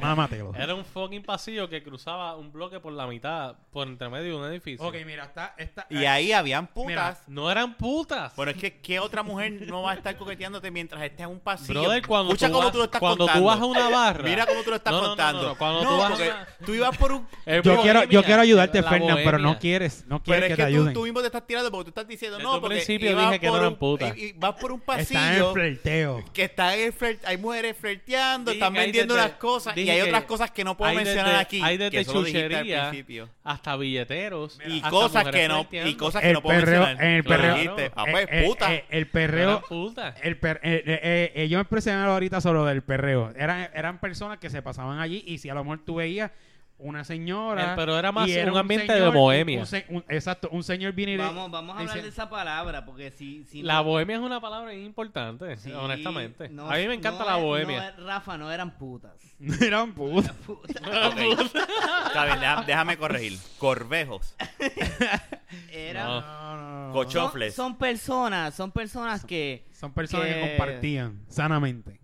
Speaker 2: Mámatelo.
Speaker 3: Era un fucking pasillo que cruzaba un bloque por la mitad, por entre medio de un edificio.
Speaker 2: Ok, mira, está... está
Speaker 1: Y ahí habían putas.
Speaker 3: No eran putas.
Speaker 1: Bueno, es que ¿qué otra mujer no va a estar coqueteándote mientras estés en un pasillo?
Speaker 3: Brother, cuando,
Speaker 1: Escucha
Speaker 3: tú,
Speaker 1: cómo
Speaker 3: vas,
Speaker 1: tú lo estás
Speaker 3: cuando
Speaker 1: contando.
Speaker 3: tú vas a una barra.
Speaker 1: Mira cómo tú lo estás
Speaker 3: No, no, no,
Speaker 1: contando.
Speaker 3: no, no. Cuando tú vas a Eh,
Speaker 1: porque
Speaker 3: una-
Speaker 1: tú ibas por un...
Speaker 3: Es
Speaker 2: Yo quiero, yo
Speaker 3: bohemia,
Speaker 2: quiero ayudarte,
Speaker 3: la
Speaker 2: Fernan, pero no
Speaker 3: bohemia.
Speaker 2: quieres, no quieres
Speaker 1: Pero es que,
Speaker 2: que, te
Speaker 1: tú,
Speaker 2: ayuden.
Speaker 1: tú mismo te estás tirando porque tú estás diciendo
Speaker 3: Desde
Speaker 1: no,
Speaker 3: un
Speaker 1: porque
Speaker 3: principio
Speaker 1: ibas
Speaker 3: dije que no
Speaker 1: por
Speaker 3: eran
Speaker 1: un-
Speaker 3: putas.
Speaker 1: Y, y vas por un
Speaker 2: Está en el
Speaker 1: pasillo
Speaker 2: flirteo.
Speaker 1: que está en el flirt- hay mujeres flirteando,
Speaker 3: Dije
Speaker 1: están
Speaker 3: que hay
Speaker 1: vendiendo
Speaker 3: desde-
Speaker 1: unas cosas y
Speaker 3: dije
Speaker 1: hay
Speaker 3: que
Speaker 1: otras cosas que no puedo
Speaker 3: hay
Speaker 1: mencionar
Speaker 3: desde-
Speaker 1: aquí.
Speaker 3: Hay desde
Speaker 1: que eso lo dijiste al
Speaker 3: chuchería
Speaker 1: principio.
Speaker 3: hasta billeteros.
Speaker 1: Y
Speaker 3: hasta
Speaker 1: cosas
Speaker 3: mujeres
Speaker 1: que no y
Speaker 3: flirteando.
Speaker 1: cosas que
Speaker 2: El
Speaker 1: no puedo
Speaker 2: perreo-
Speaker 1: mencionar.
Speaker 2: en el
Speaker 1: Lo
Speaker 3: perreo-
Speaker 1: dijiste. Ah,
Speaker 2: Eh,
Speaker 1: pues,
Speaker 2: eh,
Speaker 1: puta.
Speaker 2: eh, el
Speaker 3: No eran
Speaker 2: perreo...
Speaker 3: putas.
Speaker 2: El per- eh, eh, eh, eh, yo me impresionaba ahorita solo del perreo. Eran, eran personas que se pasaban allí y si a lo mejor tú veías una señora.
Speaker 3: Eh, pero era más
Speaker 2: y
Speaker 3: un ambiente
Speaker 2: señor,
Speaker 3: de bohemia.
Speaker 2: un se- un- exacto, un señor viene y le-
Speaker 5: Vamos, vamos a hablar
Speaker 2: dice-
Speaker 5: de esa palabra, porque si... si
Speaker 3: La
Speaker 5: no-
Speaker 3: bohemia es una palabra importante,
Speaker 5: sí,
Speaker 3: honestamente.
Speaker 5: no-
Speaker 3: a mí me encanta
Speaker 5: no
Speaker 3: la
Speaker 5: es-
Speaker 3: bohemia.
Speaker 5: no es- Rafa, no eran putas.
Speaker 2: Eran putas.
Speaker 5: Puta.
Speaker 1: Ok. Está bien, deja- déjame corregir. Corvejos,
Speaker 2: Ah.
Speaker 5: Eran...
Speaker 3: No.
Speaker 2: No, no, no.
Speaker 1: Cocho-
Speaker 5: Son,
Speaker 1: Chofles.
Speaker 5: son personas, son personas que...
Speaker 2: Son personas que
Speaker 5: Que-
Speaker 2: compartían sanamente.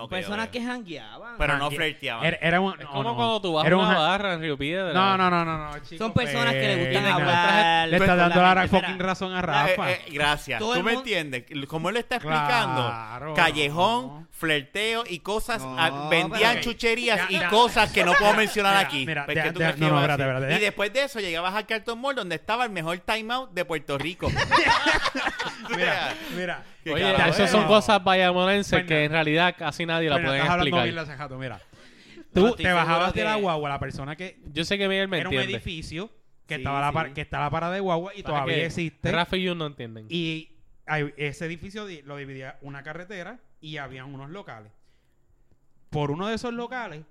Speaker 1: Ok, Eh,
Speaker 5: personas
Speaker 1: ok.
Speaker 5: que jangueaban.
Speaker 1: Pero no
Speaker 2: Ah,
Speaker 1: flirteaban.
Speaker 2: Era, era un,
Speaker 3: es
Speaker 2: no,
Speaker 3: como
Speaker 2: no.
Speaker 3: cuando tú vas
Speaker 2: Era
Speaker 3: a
Speaker 2: un
Speaker 3: una
Speaker 2: ja-
Speaker 3: barra en Río Piedra.
Speaker 2: No, no, no, no, eh, no, chico,
Speaker 5: son personas que le gustan
Speaker 2: Fernan,
Speaker 5: hablar.
Speaker 2: Le estás
Speaker 5: con la
Speaker 2: dando la
Speaker 5: gente.
Speaker 2: fucking
Speaker 5: Espera,
Speaker 2: razón a
Speaker 1: Eh,
Speaker 2: Rafa.
Speaker 1: eh, gracias.
Speaker 5: Todo
Speaker 1: ¿Tú
Speaker 5: el
Speaker 1: me
Speaker 5: mundo-
Speaker 1: entiendes? Como él está
Speaker 2: Claro,
Speaker 1: explicando, callejón,
Speaker 2: no.
Speaker 1: flirteo y cosas.
Speaker 5: No,
Speaker 1: ah,
Speaker 5: pero-
Speaker 1: vendían
Speaker 2: Ok.
Speaker 1: chucherías
Speaker 2: Ya,
Speaker 1: y
Speaker 2: ya.
Speaker 1: cosas que no puedo mencionar
Speaker 2: mira,
Speaker 1: aquí.
Speaker 2: mira,
Speaker 1: Pues,
Speaker 2: deja-
Speaker 1: ¿qué tú
Speaker 2: deja-
Speaker 1: crees que
Speaker 2: no, no,
Speaker 1: iba a
Speaker 2: espérate,
Speaker 1: decir?
Speaker 2: espérate,
Speaker 1: Y después de eso llegabas al Carlton Mall donde estaba el mejor timeout de Puerto Rico. O
Speaker 2: mira,
Speaker 1: sea,
Speaker 2: mira.
Speaker 1: Qué
Speaker 3: Oye,
Speaker 1: carajo.
Speaker 3: esas son
Speaker 2: Bueno.
Speaker 3: cosas bayamonenses
Speaker 2: Fernan.
Speaker 3: que en realidad casi nadie la
Speaker 2: Bueno,
Speaker 3: pueden
Speaker 2: estás hablando bien
Speaker 3: explicar.
Speaker 2: hace rato, mira.
Speaker 5: No,
Speaker 2: Tú
Speaker 5: estoy
Speaker 2: te bajabas
Speaker 5: seguro
Speaker 2: de la
Speaker 5: que-
Speaker 2: guagua, la persona que
Speaker 3: Yo sé que Miguel me
Speaker 2: era un
Speaker 3: entiende.
Speaker 2: edificio que
Speaker 5: Sí,
Speaker 2: estaba la par-
Speaker 5: sí.
Speaker 2: que está la parada de guagua y
Speaker 3: Para
Speaker 2: todavía
Speaker 3: que
Speaker 2: existe.
Speaker 3: Rafa y yo no entienden.
Speaker 2: Y hay- ese edificio di- lo dividía una carretera y había unos locales. Por uno de esos locales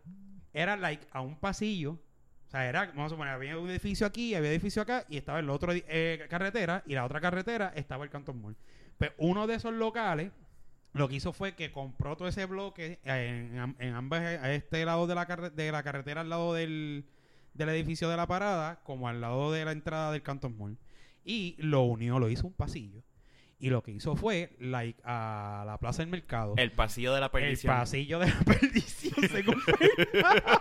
Speaker 2: era like a un pasillo. O sea, era, vamos a suponer, había un edificio aquí, había edificio acá, y estaba el otro edi- eh, carretera, y la otra carretera estaba el Canton Mall. Pero uno de esos locales lo que hizo fue que compró todo ese bloque eh, en, am- en ambas, eh, a este lado de la, carre- de la carretera, al lado del, del edificio de la parada, como al lado de la entrada del Canton Mall. Y lo unió, lo hizo un pasillo. Y lo que hizo fue, like, a la plaza del mercado.
Speaker 1: el pasillo de la
Speaker 2: el
Speaker 1: perdición.
Speaker 2: pasillo de la perdición, según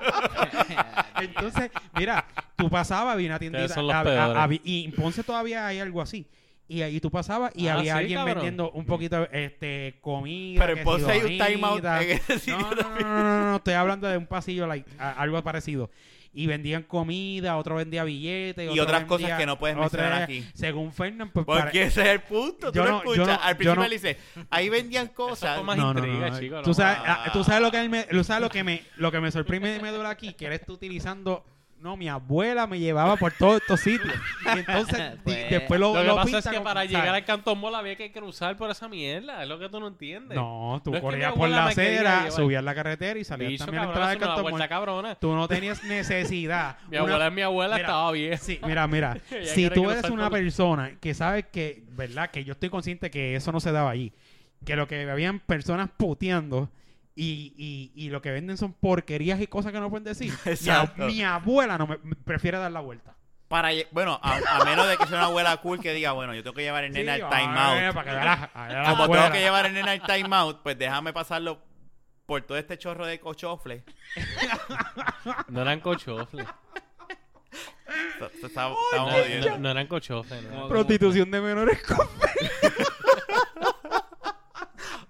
Speaker 2: Entonces, mira, tú pasabas, había una tiendita.
Speaker 3: Ustedes son los
Speaker 2: hab- hab-
Speaker 3: peores.
Speaker 2: hab- y en Ponce todavía hay algo así. Y ahí tú pasabas y
Speaker 3: Ah,
Speaker 2: había
Speaker 3: sí,
Speaker 2: alguien
Speaker 3: cabrón.
Speaker 2: vendiendo un poquito este comida.
Speaker 1: Pero en
Speaker 2: que si
Speaker 1: Ponce hay un
Speaker 2: bonita.
Speaker 1: timeout en ese sitio
Speaker 2: No, no, no, no, no, no, estoy hablando de un pasillo, like, a- algo parecido. Y vendían comida, otro vendía billetes.
Speaker 1: Y
Speaker 2: otro
Speaker 1: otras cosas
Speaker 2: vendía-
Speaker 1: que no puedes
Speaker 2: otra-
Speaker 1: mencionar aquí.
Speaker 2: Según Fernan, pues para-
Speaker 1: Porque ese es el punto. Tú
Speaker 2: Yo
Speaker 1: lo
Speaker 2: no- yo
Speaker 1: escuchas.
Speaker 2: no-
Speaker 1: Al
Speaker 2: yo
Speaker 1: principio
Speaker 2: no-
Speaker 1: le dice, ahí vendían cosas.
Speaker 3: Eso es más
Speaker 2: no, no,
Speaker 3: intriga,
Speaker 2: no, no.
Speaker 3: chico,
Speaker 2: Tú
Speaker 3: no.
Speaker 2: sabes,
Speaker 1: Ah.
Speaker 2: ah, tú sabes lo que me, lo sabes lo que me, lo que me sorprende y me duele aquí, que eres tú utilizando No, mi abuela me llevaba por todos estos sitios. Y entonces,
Speaker 5: Pues,
Speaker 2: di- después lo,
Speaker 3: Lo que
Speaker 2: lo
Speaker 3: pasa es
Speaker 2: pinta
Speaker 3: que
Speaker 2: como-
Speaker 3: para
Speaker 2: ¿sabes?
Speaker 3: llegar al Cantón Mola había que cruzar por esa mierda. Es lo que tú no entiendes.
Speaker 2: No, tú
Speaker 3: No es que mi
Speaker 2: corrías por
Speaker 3: abuela
Speaker 2: la
Speaker 3: me quería
Speaker 2: acera,
Speaker 3: llevar.
Speaker 2: subías la carretera y salías
Speaker 3: Bicho,
Speaker 2: también a la
Speaker 3: cabrón,
Speaker 2: entrada del
Speaker 3: eso no da
Speaker 2: Cantón
Speaker 3: vuelta
Speaker 2: Mall.
Speaker 3: cabrona.
Speaker 2: Tú no tenías necesidad.
Speaker 3: Mi
Speaker 2: Una-
Speaker 3: abuela es mi abuela,
Speaker 2: Mira,
Speaker 3: estaba bien.
Speaker 2: Sí, mira, mira.
Speaker 3: Ella
Speaker 2: si
Speaker 3: quiere
Speaker 2: tú
Speaker 3: cruzar
Speaker 2: eres
Speaker 3: con
Speaker 2: una
Speaker 3: la-
Speaker 2: persona que sabe que, ¿verdad? Que yo estoy consciente que eso no se daba allí. Que lo que habían personas puteando y, y- y lo que venden son porquerías y cosas que no pueden decir. Mi ab-
Speaker 1: Exacto.
Speaker 2: Mi, abuela no me, me prefiere dar la vuelta.
Speaker 1: Para, lle- bueno, a, a menos de que sea una abuela cool que diga, bueno, yo tengo que llevar el nene
Speaker 2: Sí,
Speaker 1: al
Speaker 2: ay,
Speaker 1: timeout.
Speaker 2: para que vea la- a ver a la
Speaker 1: Como
Speaker 2: abuela.
Speaker 1: tengo que llevar el nene al timeout, pues déjame pasarlo por todo este chorro de cochofle.
Speaker 3: No eran cochofles.
Speaker 1: Está- está- está-
Speaker 3: No,
Speaker 1: estamos jodiendo.
Speaker 3: no- no eran cochofles. no.
Speaker 5: No.
Speaker 2: Prostitución de menores. con-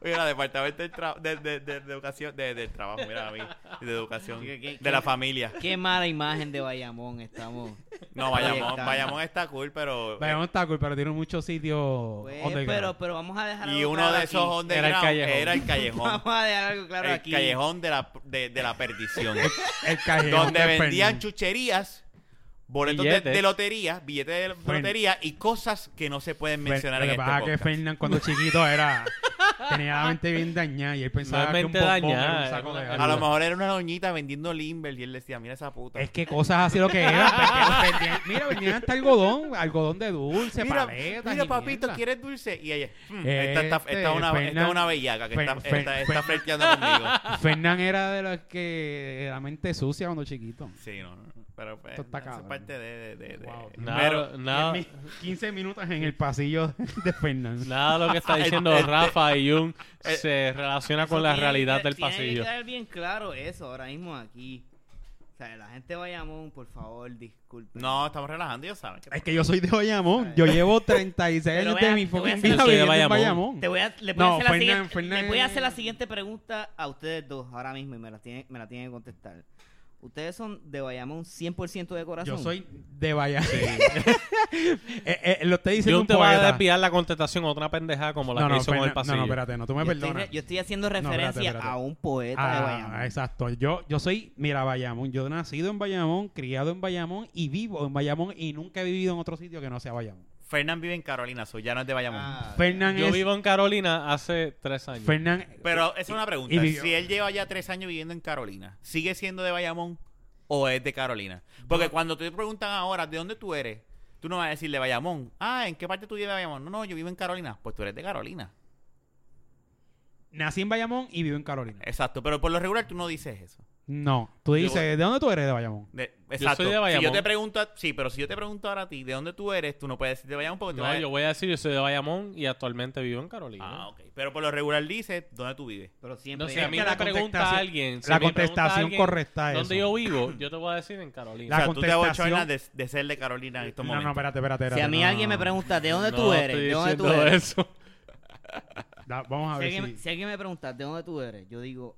Speaker 1: Mira, departamento del tra- de, de- de- de educación, de, del trabajo, mira a mí, de educación,
Speaker 5: ¿Qué- qué-
Speaker 1: de la
Speaker 5: qué-
Speaker 1: familia.
Speaker 5: Qué mala imagen de Bayamón estamos.
Speaker 1: No, Bayamón,
Speaker 5: Proyectando.
Speaker 1: Bayamón está cool, pero... eh,
Speaker 2: Vayamos a Taco, pero tiene muchos sitios.
Speaker 5: Pues,
Speaker 2: underground.
Speaker 5: pero, pero vamos a dejar
Speaker 1: y
Speaker 5: algo
Speaker 1: uno
Speaker 5: claro
Speaker 1: de esos
Speaker 5: aquí.
Speaker 1: underground
Speaker 3: Era el callejón.
Speaker 1: era el callejón.
Speaker 5: Vamos a dejar algo claro
Speaker 1: el
Speaker 5: aquí.
Speaker 1: callejón de la, de, de la perdición.
Speaker 2: El callejón
Speaker 1: donde
Speaker 2: de
Speaker 1: vendían
Speaker 2: Fernández.
Speaker 1: chucherías, boletos de,
Speaker 3: Billetes.
Speaker 1: de lotería, billetes de
Speaker 2: Fern-
Speaker 1: lotería y cosas que no se pueden mencionar
Speaker 2: Lo
Speaker 1: en
Speaker 2: que
Speaker 1: este
Speaker 2: pasa es que
Speaker 1: podcast.
Speaker 2: Fernan cuando chiquito era tenía la mente bien dañada y él pensaba
Speaker 3: No es
Speaker 2: que un
Speaker 3: mente
Speaker 2: bombón
Speaker 3: dañada,
Speaker 2: era un saco
Speaker 3: es
Speaker 2: de
Speaker 3: una-
Speaker 2: algo.
Speaker 1: A lo mejor era una doñita vendiendo Limber y él decía, mira esa puta.
Speaker 2: es que cosas así lo que era. vendían- vendían- mira, vendían hasta algodón, algodón de dulce,
Speaker 1: mira,
Speaker 2: paletas.
Speaker 1: mira
Speaker 2: y
Speaker 1: papito,
Speaker 2: mierda.
Speaker 1: ¿quieres dulce? Y ella, "Mm, esta, está- esta
Speaker 2: Este,
Speaker 1: es una, esta es
Speaker 2: Fernan-
Speaker 1: una bellaca que
Speaker 2: Fer-
Speaker 1: está,
Speaker 2: Fer-
Speaker 1: está, está
Speaker 2: Fer-
Speaker 1: flirteando conmigo.
Speaker 2: Fernan era de los que la mente sucia cuando chiquito.
Speaker 1: Sí, no, no, no, pero pues,
Speaker 2: Esto está
Speaker 1: eso es
Speaker 2: cabrón.
Speaker 1: parte de... de, de- de-
Speaker 2: Wow.
Speaker 3: Nada, nada,
Speaker 2: 15 minutos en el pasillo de Fernan.
Speaker 3: nada de lo que está diciendo
Speaker 1: El- el-
Speaker 3: Rafa y Jun
Speaker 1: el-
Speaker 3: se relaciona
Speaker 5: este- Eh, Eso
Speaker 3: con la
Speaker 5: tiene que
Speaker 3: realidad
Speaker 5: quedar-
Speaker 3: del
Speaker 5: Tiene que
Speaker 3: pasillo.
Speaker 5: quedar bien claro eso ahora mismo aquí. O sea, la gente de Bayamón, por favor, disculpen.
Speaker 1: No, estamos relajando, ellos saben. que-
Speaker 2: Es que yo soy de Bayamón. Yo llevo 36
Speaker 5: Pero
Speaker 2: años
Speaker 5: vea,
Speaker 2: de mi
Speaker 5: te voy a
Speaker 2: fucking
Speaker 5: hacer-
Speaker 2: vida
Speaker 3: Yo soy de
Speaker 2: viviendo en
Speaker 3: Bayamón.
Speaker 2: Bayamón.
Speaker 5: Te voy a, le, voy a
Speaker 2: No,
Speaker 5: hacer la
Speaker 2: Fernan-
Speaker 5: siguiente, le
Speaker 2: Fernan-
Speaker 5: voy a hacer la siguiente pregunta a ustedes dos ahora mismo y me la tienen, me la tienen que contestar. ¿Ustedes son de Bayamón 100% de corazón?
Speaker 2: Yo soy de Bayamón. Eh, eh, lo estoy diciendo
Speaker 3: Jun
Speaker 2: un
Speaker 3: te va a
Speaker 2: poeta.
Speaker 3: desviar la contestación a otra pendejada como la
Speaker 2: no,
Speaker 3: que
Speaker 2: no,
Speaker 3: hizo con
Speaker 2: Fernan-
Speaker 3: el pasillo.
Speaker 2: no, no, espérate, no, tú me
Speaker 5: yo estoy,
Speaker 2: perdonas.
Speaker 5: re- yo estoy haciendo
Speaker 2: espérate,
Speaker 5: referencia
Speaker 2: espérate.
Speaker 5: a un poeta de Bayamón.
Speaker 2: Ah, exacto. Yo, yo soy, mira, Bayamón. Yo nacido en Bayamón, criado en Bayamón y vivo en Bayamón y nunca he vivido en otro sitio que no sea Bayamón.
Speaker 1: Fernán vive en Carolina, so ya no es de Bayamón.
Speaker 5: Ah,
Speaker 2: Fernán
Speaker 3: Yo
Speaker 2: es-
Speaker 3: vivo en Carolina hace tres años.
Speaker 2: Fernán,
Speaker 1: Pero esa es una pregunta.
Speaker 2: y vivió-
Speaker 1: si él lleva ya tres años viviendo en Carolina, ¿sigue siendo de Bayamón o es de Carolina? Porque cuando te preguntan ahora de dónde tú eres, tú no vas a decir de Bayamón. Ah, ¿en qué parte tú vives de Bayamón? No, no, yo vivo en Carolina. Pues tú eres de Carolina.
Speaker 2: nací en Bayamón y vivo en Carolina.
Speaker 1: Exacto, pero por lo regular tú no dices eso.
Speaker 2: No, tú
Speaker 1: Yo-
Speaker 2: dices, ¿de dónde tú eres de Bayamón?
Speaker 1: De- exacto.
Speaker 3: soy de
Speaker 1: Si yo
Speaker 3: Bayamón.
Speaker 1: te pregunto, a- sí, pero si yo te pregunto ahora a ti de dónde tú eres, tú no puedes decir de Bayamón porque te vas
Speaker 3: No,
Speaker 1: a-
Speaker 3: yo voy a decir, yo soy de Bayamón y actualmente vivo en Carolina.
Speaker 1: Ah, ok. Pero por lo regular dices dónde tú vives.
Speaker 5: pero siempre
Speaker 3: No sé, a mí
Speaker 2: que
Speaker 3: me
Speaker 2: la
Speaker 3: pregunta
Speaker 2: contestación-
Speaker 3: alguien. si
Speaker 2: la
Speaker 3: me pregunta
Speaker 2: contestación
Speaker 3: alguien
Speaker 2: correcta es
Speaker 3: ¿Dónde
Speaker 2: eso.
Speaker 3: yo vivo? Yo te voy a decir en
Speaker 1: O
Speaker 3: Carolina.
Speaker 2: La
Speaker 1: sea, tú te
Speaker 2: contestación-
Speaker 1: abochornas de, de ser de Carolina en estos
Speaker 2: No, no,
Speaker 1: momentos.
Speaker 2: espérate, espérate.
Speaker 5: Si
Speaker 2: espérate,
Speaker 5: a mí
Speaker 2: no,
Speaker 5: alguien
Speaker 2: no,
Speaker 5: me
Speaker 2: no.
Speaker 5: pregunta, ¿de dónde
Speaker 3: No
Speaker 5: tú eres?
Speaker 3: estoy
Speaker 5: ¿De dónde tú
Speaker 3: diciendo
Speaker 5: eres?
Speaker 3: eso.
Speaker 2: Da- vamos a
Speaker 5: Si
Speaker 2: ver
Speaker 5: alguien,
Speaker 2: si...
Speaker 5: si alguien me pregunta, ¿de dónde tú eres? Yo digo,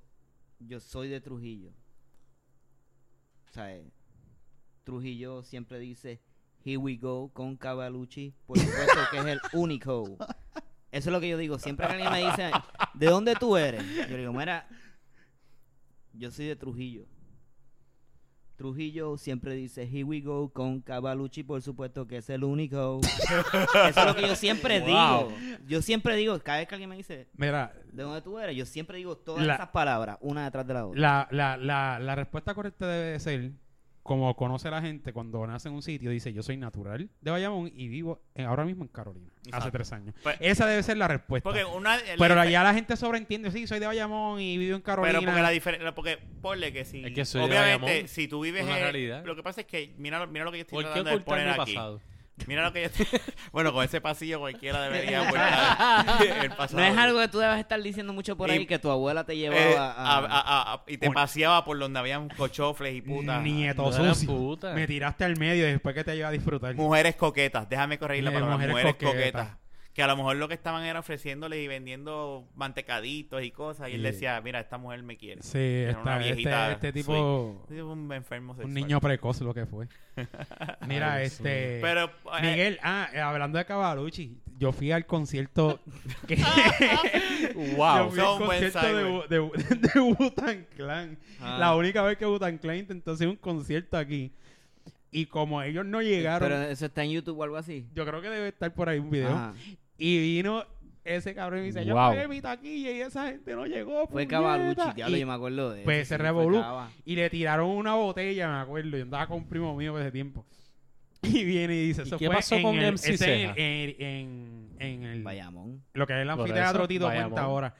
Speaker 5: yo soy de Trujillo. O sea, eh, Trujillo siempre dice, here we go con Cavalucci, por supuesto que es el único. Eso es lo que yo digo. Siempre que alguien me dice, ¿de dónde tú eres? Yo digo, mira, yo soy de Trujillo. Trujillo siempre dice, here we go con Cavalucci, por supuesto que es el único. Eso es lo que yo siempre
Speaker 3: Wow.
Speaker 5: digo. Yo siempre digo, cada vez que alguien me dice,
Speaker 2: Mira,
Speaker 5: ¿De dónde tú eres? Yo siempre digo todas
Speaker 2: La-
Speaker 5: esas palabras, una detrás de la otra.
Speaker 2: La, la, la, la respuesta correcta debe ser, como conoce la gente cuando nace en un sitio, dice yo soy natural de Bayamón y vivo en- ahora mismo en Carolina, hace
Speaker 1: Exacto.
Speaker 2: tres años.
Speaker 1: Pues-
Speaker 2: Esa debe ser la respuesta.
Speaker 1: Porque una,
Speaker 2: pero la- ya la gente sobreentiende, sí, soy de Bayamón y vivo en Carolina.
Speaker 1: Pero porque la diferencia, porque ponle que si
Speaker 3: Es que soy de
Speaker 1: obviamente
Speaker 3: Bayamón.
Speaker 1: si tú vives
Speaker 3: Una
Speaker 1: en
Speaker 3: realidad.
Speaker 1: lo que pasa es que mira lo- mira lo que yo estoy
Speaker 3: ¿Por qué
Speaker 1: tratando de
Speaker 3: ocultar
Speaker 1: poner
Speaker 3: mi
Speaker 1: aquí.
Speaker 3: pasado?
Speaker 1: Mira lo que yo estoy- bueno, con ese pasillo cualquiera debería ocultar el pasado.
Speaker 5: no es algo que tú debes estar diciendo mucho por ahí
Speaker 1: Y-
Speaker 5: que tu abuela te llevaba
Speaker 1: Eh,
Speaker 5: a,
Speaker 1: a- a- a- y te
Speaker 2: Un-
Speaker 1: paseaba por donde habían cochofles y putas.
Speaker 2: Nieto
Speaker 3: No eran
Speaker 2: sucio.
Speaker 3: putas.
Speaker 2: Me tiraste al medio y después que te lleva a disfrutar.
Speaker 1: Mujeres coquetas, déjame corregir la
Speaker 2: Eh,
Speaker 1: palabra,
Speaker 2: mujeres
Speaker 1: mujeres,
Speaker 2: coquetas.
Speaker 1: coquetas. Que a lo mejor lo que estaban era ofreciéndoles y vendiendo mantecaditos y cosas. Y él
Speaker 2: Sí.
Speaker 1: decía, mira, esta mujer me quiere.
Speaker 2: Sí,
Speaker 1: Era una
Speaker 2: esta-
Speaker 1: viejita
Speaker 2: este, este tipo,
Speaker 1: swing. Un enfermo
Speaker 2: un
Speaker 1: sexual.
Speaker 2: niño precoz lo que fue. Mira,
Speaker 3: Ay, Dios
Speaker 2: este...
Speaker 1: Pero, eh,
Speaker 2: Miguel, ah, eh, hablando de Cavalucci, yo fui al concierto que... Yo
Speaker 3: Wow.
Speaker 2: fui al
Speaker 1: son buen
Speaker 2: concierto de, Wu- de, Wu- de Wu-Tang Clan.
Speaker 5: Ah.
Speaker 2: La única vez que Wu-Tang Clan intentó hacer un concierto aquí. Y como ellos no llegaron,
Speaker 5: Pero eso está en YouTube o algo así.
Speaker 2: yo creo que debe estar por ahí un video.
Speaker 5: Ajá.
Speaker 2: Y vino ese cabrón y me dice, yo
Speaker 3: Wow.
Speaker 2: pagué mi taquilla y esa gente no llegó.
Speaker 5: Fue
Speaker 2: puñeta".
Speaker 5: Cabaluchi, ya lo
Speaker 2: Y-
Speaker 5: yo me acuerdo de
Speaker 2: pues ese
Speaker 5: eso, sí, fue
Speaker 2: revolú.
Speaker 5: Cava.
Speaker 2: Y le tiraron una botella, me acuerdo. Yo andaba con un primo mío por ese tiempo. Y viene y dice,
Speaker 3: ¿Y
Speaker 2: eso
Speaker 3: qué
Speaker 2: fue
Speaker 3: pasó
Speaker 2: en
Speaker 3: con
Speaker 2: el,
Speaker 3: MC
Speaker 2: ese en,
Speaker 3: Ceja?
Speaker 2: en- en- en
Speaker 5: Mm.
Speaker 2: el-
Speaker 5: Bayamón.
Speaker 2: lo que es el
Speaker 3: Por
Speaker 2: anfiteatro
Speaker 3: eso,
Speaker 2: Tito
Speaker 3: Bayamón.
Speaker 2: Puerta ahora.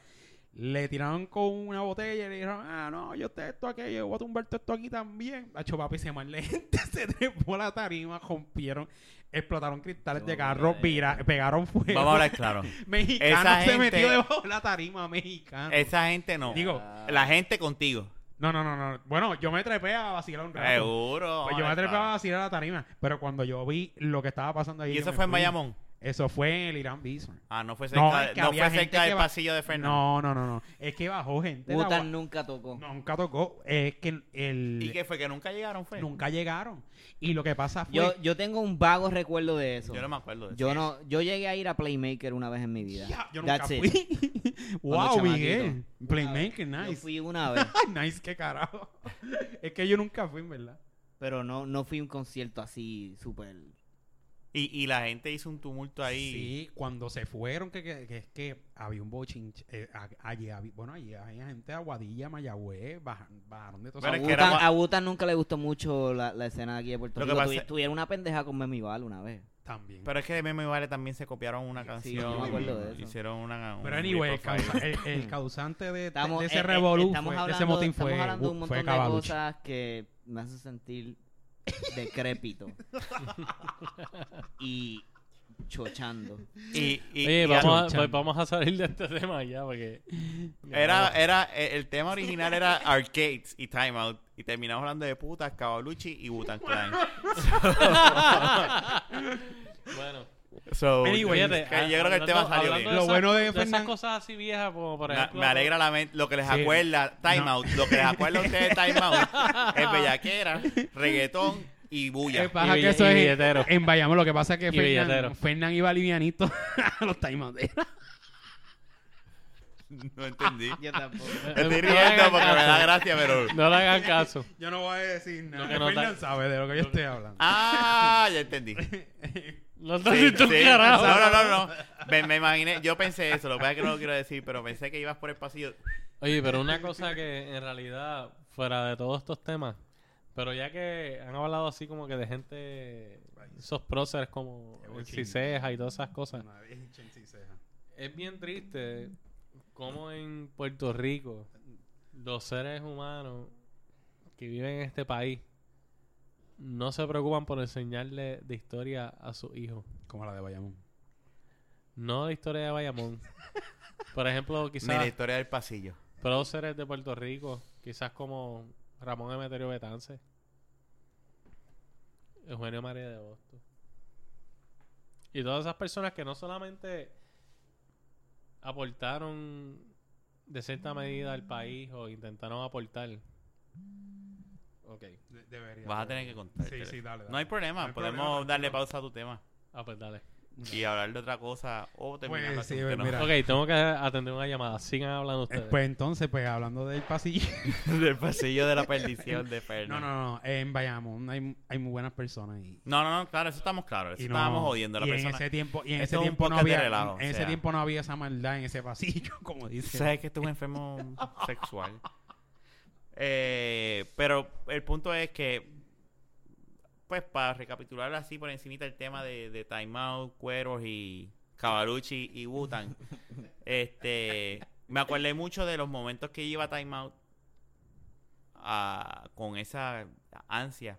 Speaker 2: Le tiraron con una botella y le dijeron, ah, no, yo te esto aquello, yo voy a tumbar todo esto aquí también. Hacho papi, se mal la gente, se trepó la tarima, rompieron, explotaron cristales
Speaker 5: Yo
Speaker 2: de
Speaker 5: me acuerdo
Speaker 2: carro,
Speaker 5: de
Speaker 2: vira- pegaron fuego.
Speaker 1: Vamos a hablar claro.
Speaker 2: Mexicano
Speaker 1: Esa
Speaker 2: se
Speaker 1: gente- Eh.
Speaker 2: metió debajo de la tarima, mexicano.
Speaker 1: Esa gente no.
Speaker 2: Digo,
Speaker 1: La gente contigo.
Speaker 2: no, no, no, no. Bueno, yo me trepé a vacilar un rato.
Speaker 1: Seguro. vamos
Speaker 2: Pues
Speaker 1: a
Speaker 2: yo me
Speaker 1: hablar
Speaker 2: trepé a
Speaker 1: claro.
Speaker 2: vacilar la tarima. Pero cuando yo vi lo que estaba pasando ahí.
Speaker 1: ¿Y
Speaker 2: yo
Speaker 1: eso
Speaker 2: me
Speaker 1: fue en
Speaker 2: fui.
Speaker 1: Bayamón?
Speaker 2: Eso fue en el Irán Bison.
Speaker 1: Ah, no fue cerca,
Speaker 2: No,
Speaker 1: de-
Speaker 2: es que
Speaker 1: no
Speaker 2: había
Speaker 1: fue
Speaker 2: gente
Speaker 1: cerca del
Speaker 2: que va-
Speaker 1: pasillo de Fernando.
Speaker 2: No, no, no, no. Es que bajó gente. de la
Speaker 5: Butan
Speaker 2: gua-
Speaker 5: nunca tocó.
Speaker 2: Nunca tocó. Es que el.
Speaker 1: ¿Y qué fue? ¿Que nunca llegaron? fue?
Speaker 2: Nunca llegaron. Y lo que pasa fue.
Speaker 5: Yo, yo tengo un vago recuerdo de eso.
Speaker 1: Yo no me acuerdo de eso.
Speaker 5: Yo no, yo llegué a ir a Playmaker una vez en mi vida.
Speaker 2: Ya, yo nunca
Speaker 5: That's it.
Speaker 2: fui. wow,
Speaker 5: chamaquito.
Speaker 2: Miguel. Playmaker,
Speaker 5: Yo
Speaker 2: nice.
Speaker 5: fui una vez,
Speaker 2: nice, qué carajo. es que yo nunca fui, en verdad.
Speaker 5: pero no, no fui a un concierto así súper.
Speaker 1: Y, y la gente hizo un tumulto ahí.
Speaker 2: Sí, cuando se fueron, que, que, que es que había un bochin. eh, a- allí había- bueno, allí había gente de Aguadilla, Mayagüez, bajaron, bajaron de todos
Speaker 1: Pero
Speaker 5: A
Speaker 1: es que
Speaker 5: Butan,
Speaker 1: era-
Speaker 5: a Butan nunca le gustó mucho la, la escena de aquí de Puerto
Speaker 1: Lo que
Speaker 5: Rico.
Speaker 1: pasa
Speaker 5: Tuvi-
Speaker 1: es-
Speaker 5: Tuvieron una pendeja con Memi Val una vez.
Speaker 2: también.
Speaker 1: Pero es que de Memo y Vale también se copiaron una
Speaker 5: Sí, yo
Speaker 1: canción.
Speaker 5: me acuerdo de
Speaker 1: y
Speaker 5: eso.
Speaker 1: Hicieron una. un
Speaker 2: Pero anyway, el,
Speaker 1: rip off ahí.
Speaker 2: causa- el- el causante de,
Speaker 5: Estamos,
Speaker 2: de
Speaker 5: eh,
Speaker 2: ese
Speaker 5: eh,
Speaker 2: revolú,
Speaker 5: estamos
Speaker 2: fue- de
Speaker 5: hablando,
Speaker 2: ese motín
Speaker 5: estamos
Speaker 2: fue,
Speaker 5: hablando de un
Speaker 2: fue
Speaker 5: montón de
Speaker 2: Cavalucci.
Speaker 5: cosas que me hacen sentir decrépito y chochando.
Speaker 1: Y, y-
Speaker 3: Oye,
Speaker 1: y
Speaker 3: vamos a,
Speaker 2: Chan.
Speaker 3: pues vamos a salir de este tema ya, porque...
Speaker 1: era, era, eh, el tema original era arcades y timeout. Y terminamos hablando de putas, Cabaluchi y Butan Clan.
Speaker 3: Bueno.
Speaker 1: So,
Speaker 2: Anyway,
Speaker 1: yo- que yo creo que el tema salió bien.
Speaker 2: Lo
Speaker 3: Lo
Speaker 2: bueno
Speaker 3: bueno
Speaker 2: de
Speaker 3: de esas
Speaker 2: Fernan-
Speaker 3: cosas así viejas, como por
Speaker 1: Na-
Speaker 3: ejemplo...
Speaker 1: me alegra la men- lo que les
Speaker 2: Sí.
Speaker 1: acuerda
Speaker 2: No.
Speaker 1: timeout, lo que les acuerda a ustedes timeout es bellaquera, reggaetón y
Speaker 2: Lo que
Speaker 1: bulla.
Speaker 2: Eh, pasa
Speaker 3: Y
Speaker 2: que
Speaker 3: bill-
Speaker 2: eso
Speaker 3: y
Speaker 2: es-
Speaker 3: billetero.
Speaker 2: en Bayamón lo que pasa es que
Speaker 3: Y
Speaker 2: Fernán,
Speaker 3: billetero.
Speaker 2: Fernán iba livianito a los taimaderas.
Speaker 1: No entendí.
Speaker 5: Yo tampoco.
Speaker 1: Estoy
Speaker 3: No le
Speaker 1: riendo
Speaker 3: hagan
Speaker 1: porque me da
Speaker 3: caso.
Speaker 1: gracia, pero
Speaker 3: No le hagan caso.
Speaker 2: Yo no voy a decir nada.
Speaker 3: Lo que no
Speaker 2: Fernan
Speaker 3: ta-
Speaker 2: sabe de lo que yo estoy hablando.
Speaker 1: ah, ya entendí.
Speaker 3: No te
Speaker 1: Sí,
Speaker 3: siento un
Speaker 1: sí.
Speaker 3: carajo.
Speaker 1: No, no, no, no. Me, me imaginé, yo pensé eso, lo que pasa es que no lo quiero decir, pero pensé que ibas por el pasillo.
Speaker 3: Oye, pero una cosa que en realidad, fuera de todos estos temas, pero ya que han hablado así como que de gente, esos próceres como
Speaker 2: Qué
Speaker 3: el
Speaker 2: bochinche.
Speaker 3: Ciseja y todas esas cosas,
Speaker 2: Nadie es hincha en Ciseja.
Speaker 3: es bien triste como en Puerto Rico los seres humanos que viven en este país no se preocupan por enseñarle de historia a sus hijos.
Speaker 2: Como la de Bayamón.
Speaker 3: No de historia de Bayamón. Por ejemplo,
Speaker 1: Ni la
Speaker 3: quizás
Speaker 1: historia del pasillo.
Speaker 3: próceres de Puerto Rico, quizás como Ramón Emeterio Betance, Eugenio María de Agosto. Y todas esas personas que no solamente aportaron de cierta medida al país o intentaron aportar. Ok.
Speaker 2: De- debería.
Speaker 1: Vas a tener que contar.
Speaker 2: Sí, sí, dale, dale.
Speaker 1: No hay problema,
Speaker 2: No hay
Speaker 1: podemos
Speaker 2: problema,
Speaker 1: darle
Speaker 2: tranquilo.
Speaker 1: pausa a tu tema
Speaker 3: Ah, pues dale.
Speaker 1: y hablar de otra cosa o terminar
Speaker 2: Pues,
Speaker 1: la-
Speaker 2: sí,
Speaker 1: que no-
Speaker 2: mira.
Speaker 3: Ok, tengo que atender una llamada. Sigan hablando
Speaker 2: Eh,
Speaker 3: ustedes.
Speaker 2: Pues entonces, pues hablando del pasillo.
Speaker 1: del pasillo de la perdición de Fernan.
Speaker 2: No, no, no. En Bayamón hay, hay muy buenas personas y,
Speaker 1: No, no, no, claro, eso estamos claros. Eso
Speaker 2: Y no-
Speaker 1: estábamos jodiendo a la
Speaker 2: y
Speaker 1: persona.
Speaker 2: En ese tiempo, y en
Speaker 1: Esto
Speaker 2: ese
Speaker 1: es un
Speaker 2: tiempo no
Speaker 1: podcast de
Speaker 2: había,
Speaker 1: relajo,
Speaker 2: en
Speaker 1: o
Speaker 2: ese
Speaker 1: sea.
Speaker 2: tiempo no había esa maldad en ese pasillo, como
Speaker 1: Tú
Speaker 2: dice.
Speaker 1: Sabes que esto es un enfermo sexual. Eh, pero el punto es que, pues para recapitular así por encimita el tema de, de Time Out, Cueros y Cabaruchi y Butan, este, me acordé mucho de los momentos que lleva Time Out ah, con esa ansia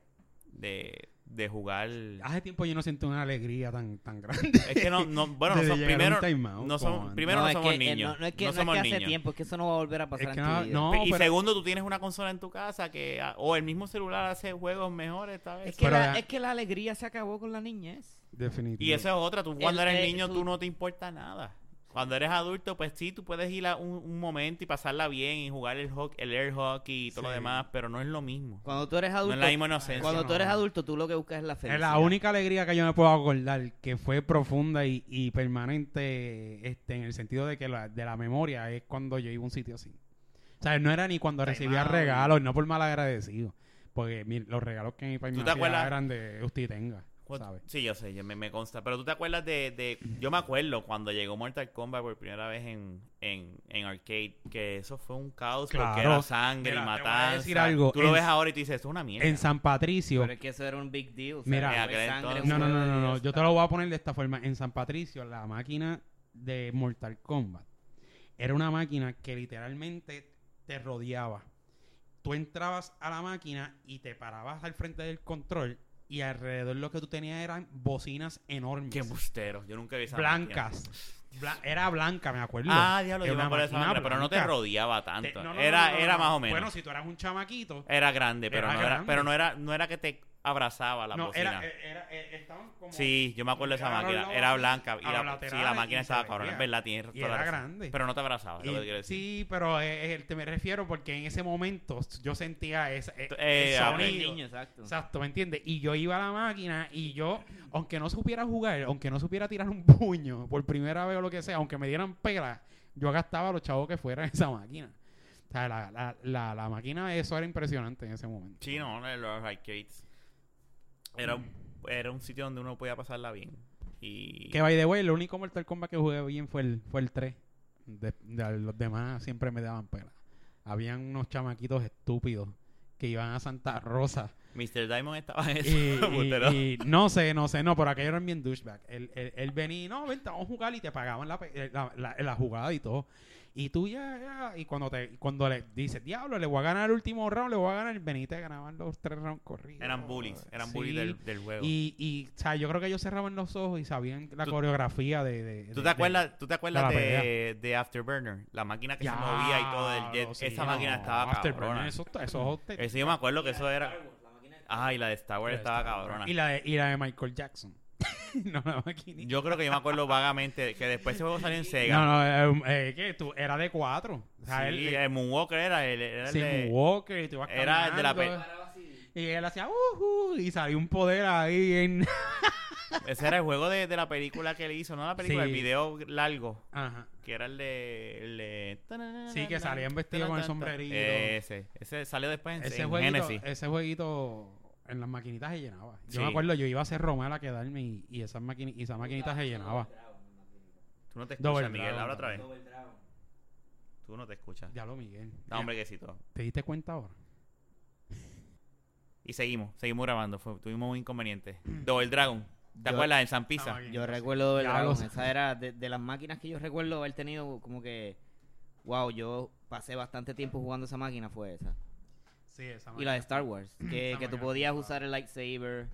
Speaker 1: de, de jugar.
Speaker 2: Hace tiempo yo no siento una alegría tan, tan grande.
Speaker 1: Es que no, no bueno,
Speaker 2: Desde
Speaker 1: no son-
Speaker 2: llegar a un
Speaker 1: primero,
Speaker 2: timeout,
Speaker 1: no
Speaker 2: como
Speaker 1: son,
Speaker 2: antes.
Speaker 1: primero no,
Speaker 5: es
Speaker 1: somos
Speaker 5: que, eh,
Speaker 1: niños.
Speaker 5: No, no es que, no es
Speaker 1: somos
Speaker 5: que hace
Speaker 1: niños.
Speaker 5: tiempo, es que eso no va a volver a pasar
Speaker 2: Es que
Speaker 5: en tu
Speaker 2: no,
Speaker 5: vida.
Speaker 2: no,
Speaker 1: y
Speaker 2: pero,
Speaker 1: segundo, tú tienes una consola en tu casa que ah, o el mismo celular hace juegos mejores esta vez.
Speaker 5: Es que,
Speaker 2: Pero eh,
Speaker 5: la,
Speaker 2: ya-
Speaker 5: es que la alegría se acabó con la niñez.
Speaker 2: definitivo.
Speaker 1: y eso es otra, tú cuando
Speaker 5: El-
Speaker 1: eres
Speaker 5: eh,
Speaker 1: niño
Speaker 5: tú-
Speaker 1: tú no te importa nada. Cuando eres adulto, pues sí, tú puedes ir a un, un momento y pasarla bien y jugar el, hoc- el air hockey y todo lo
Speaker 2: Sí.
Speaker 1: demás, pero no es lo mismo.
Speaker 5: Cuando tú eres adulto,
Speaker 1: no es la misma inocencia.
Speaker 5: cuando
Speaker 2: no.
Speaker 5: tú eres adulto, tú lo que buscas es la felicidad.
Speaker 2: Es la única alegría que yo me puedo acordar que fue profunda y, y permanente este, en el sentido de que la, de la memoria es cuando yo iba a un sitio así. O sea, no era ni cuando recibía
Speaker 5: out.
Speaker 2: regalos, no por mal agradecido. Porque mira, los regalos que mi país
Speaker 1: ¿Tú
Speaker 2: me
Speaker 1: te
Speaker 2: hacía
Speaker 1: acuerdas?
Speaker 2: eran de usted tenga, ¿sabes?
Speaker 1: Sí, yo sé, yo me, me consta. Pero tú te acuerdas de, de- Yo me acuerdo cuando llegó Mortal Kombat por primera vez en, en, en arcade, que eso fue un caos porque
Speaker 2: Claro.
Speaker 1: era sangre
Speaker 2: Mira,
Speaker 1: y
Speaker 2: te voy a
Speaker 1: matanza.
Speaker 2: decir algo.
Speaker 1: Tú lo
Speaker 2: En-
Speaker 1: ves ahora y tú dices, esto es una mierda.
Speaker 2: En San Patricio.
Speaker 5: Pero es que eso era un big deal. o sea,
Speaker 2: Mira.
Speaker 5: fue
Speaker 1: En aquel
Speaker 5: sangre,
Speaker 1: entonces.
Speaker 5: un
Speaker 2: No, no,
Speaker 5: juego
Speaker 2: no,
Speaker 5: de
Speaker 2: no, no.
Speaker 5: Dios.
Speaker 2: Yo te lo voy a poner de esta forma. En San Patricio, la máquina de Mortal Kombat era una máquina que literalmente te rodeaba. Tú entrabas a la máquina y te parabas al frente del control y alrededor lo que tú tenías eran bocinas enormes.
Speaker 1: Qué embustero. Yo nunca vi esa máquina.
Speaker 2: blancas. Bla- era blanca, me acuerdo.
Speaker 1: Ah, diablo, yo me
Speaker 2: Era una
Speaker 1: acuerdo de esa
Speaker 2: máquina
Speaker 1: máquina, pero no te
Speaker 2: blanca.
Speaker 1: rodeaba
Speaker 2: Te-
Speaker 1: tanto.
Speaker 2: no, no, no,
Speaker 1: era
Speaker 2: no, no,
Speaker 1: era
Speaker 2: no.
Speaker 1: más o menos.
Speaker 2: Bueno, si tú eras un chamaquito,
Speaker 1: Era grande, pero
Speaker 2: Era
Speaker 1: no era
Speaker 2: grande.
Speaker 1: pero no era no era que te abrazaba la
Speaker 2: no,
Speaker 1: bocina.
Speaker 2: era, e- era- era- estaban como
Speaker 1: Sí, yo me acuerdo de esa
Speaker 2: Llegaron
Speaker 1: máquina.
Speaker 2: los-
Speaker 1: Era blanca. Y la,
Speaker 2: a los
Speaker 1: sí, la
Speaker 2: laterales
Speaker 1: máquina
Speaker 2: y
Speaker 1: estaba
Speaker 2: se
Speaker 1: cabrona. Es
Speaker 2: veía.
Speaker 1: verdad, tienes toda
Speaker 2: Y
Speaker 1: la
Speaker 2: era
Speaker 1: razón.
Speaker 2: grande.
Speaker 1: Pero no te abrazaba. es Ah, lo
Speaker 2: Y-
Speaker 1: que quiero decir.
Speaker 2: sí, pero eh, eh, te me refiero porque en ese momento yo sentía esa, eh,
Speaker 1: Eh,
Speaker 2: el
Speaker 1: a
Speaker 5: Era un
Speaker 1: ver.
Speaker 2: sonido.
Speaker 5: niño, exacto.
Speaker 2: Exacto, ¿me entiendes? Y yo iba a la máquina y yo, aunque no supiera jugar, aunque no supiera tirar un puño por primera vez o lo que sea, aunque me dieran pela, yo gastaba los chavos que fuera en esa máquina. O sea, la, la, la, la máquina, eso era impresionante en ese momento.
Speaker 1: Sí, no, no, los arcades. Era un, era un sitio donde uno podía pasarla bien. Y
Speaker 2: Que by the way, el único Mortal Kombat que jugué bien fue el, fue el 3. De- de- los demás siempre me daban pela. Habían unos chamaquitos estúpidos que iban a Santa Rosa.
Speaker 1: Mr. Diamond estaba en
Speaker 2: Y,
Speaker 1: eso. embustero.
Speaker 2: y- y no sé, no sé, no, pero aquellos eran bien douchebag. Él, él, él venía y no, ven, te vamos a jugar y te pagaban la, pe- la, la- la jugada y todo. Y tú ya, ya, y cuando te cuando le dices, diablo, le voy a ganar el último round, le voy a ganar, vení, te ganaban los tres rounds corridos.
Speaker 1: Eran bullies. Eran bullies
Speaker 2: Sí.
Speaker 1: del, del juego.
Speaker 2: Y, y o sea, yo creo que ellos cerraban los ojos y sabían la
Speaker 1: Tú-
Speaker 2: coreografía de, de-
Speaker 1: ¿Tú
Speaker 2: de-
Speaker 1: te
Speaker 2: de-
Speaker 1: acuerdas, ¿tú te acuerdas
Speaker 2: de la
Speaker 1: de, de Afterburner? La máquina que se movía y todo del jet.
Speaker 2: Diablo, sí,
Speaker 1: esa
Speaker 2: no,
Speaker 1: máquina estaba
Speaker 2: Afterburner,
Speaker 1: cabrona.
Speaker 2: Eso, está- eso es hot-
Speaker 1: Eso yo me acuerdo que eso era... Ah, y la de Star Wars
Speaker 2: Pero
Speaker 1: estaba
Speaker 2: está-
Speaker 1: cabrona.
Speaker 2: Y la, de, y la de Michael Jackson. no, la maquinita.
Speaker 1: Yo creo que yo me acuerdo vagamente que después ese juego salió en Sega.
Speaker 2: No, no, eh, eh, que tú, era de cuatro. O sea,
Speaker 1: Sí,
Speaker 2: él-
Speaker 1: el Moonwalker era el, era el
Speaker 2: sí,
Speaker 1: de-
Speaker 2: Walker, y tú ibas
Speaker 1: era el de la
Speaker 2: caminando,
Speaker 1: pe-
Speaker 2: Y él hacía, uh, y salió un poder ahí en...
Speaker 1: Ese era el juego de, de la película que él hizo, no la película,
Speaker 2: Sí.
Speaker 1: el video largo,
Speaker 2: Ajá.
Speaker 1: que era el de... el de-
Speaker 2: Sí, que salían vestidos con el sombrerito.
Speaker 1: Ese, ese salió después en,
Speaker 2: Ese
Speaker 1: en
Speaker 2: jueguito,
Speaker 1: Genesis.
Speaker 2: ese jueguito en las maquinitas se llenaba. Yo
Speaker 1: Sí.
Speaker 2: me acuerdo, yo iba a hacer Romel a quedarme y, y esas, maquini- y esas maquinitas se llenaba.
Speaker 1: Tú no te
Speaker 2: Double
Speaker 1: escuchas, Miguel,
Speaker 2: Dragon.
Speaker 1: habla otra vez. Tú no te escuchas.
Speaker 2: Diablo, Miguel.
Speaker 1: No, hombre, que sí, todo.
Speaker 2: ¿Te diste cuenta ahora?
Speaker 1: Y seguimos, seguimos grabando, fue- tuvimos un inconveniente. Double Dragon, ¿te
Speaker 5: Yo-
Speaker 1: acuerdas? En San Pisa.
Speaker 2: Ah,
Speaker 5: Yo recuerdo del
Speaker 2: Ya
Speaker 5: Dragon,
Speaker 2: lo sé.
Speaker 5: Esa era de, de las máquinas que yo recuerdo haber tenido como que. Wow, yo pasé bastante tiempo jugando esa máquina, fue esa.
Speaker 2: Sí, esa
Speaker 5: Y la de Star Wars, que,
Speaker 2: Esa
Speaker 5: que tú
Speaker 2: máquina
Speaker 5: podías
Speaker 2: estaba-
Speaker 5: usar el lightsaber,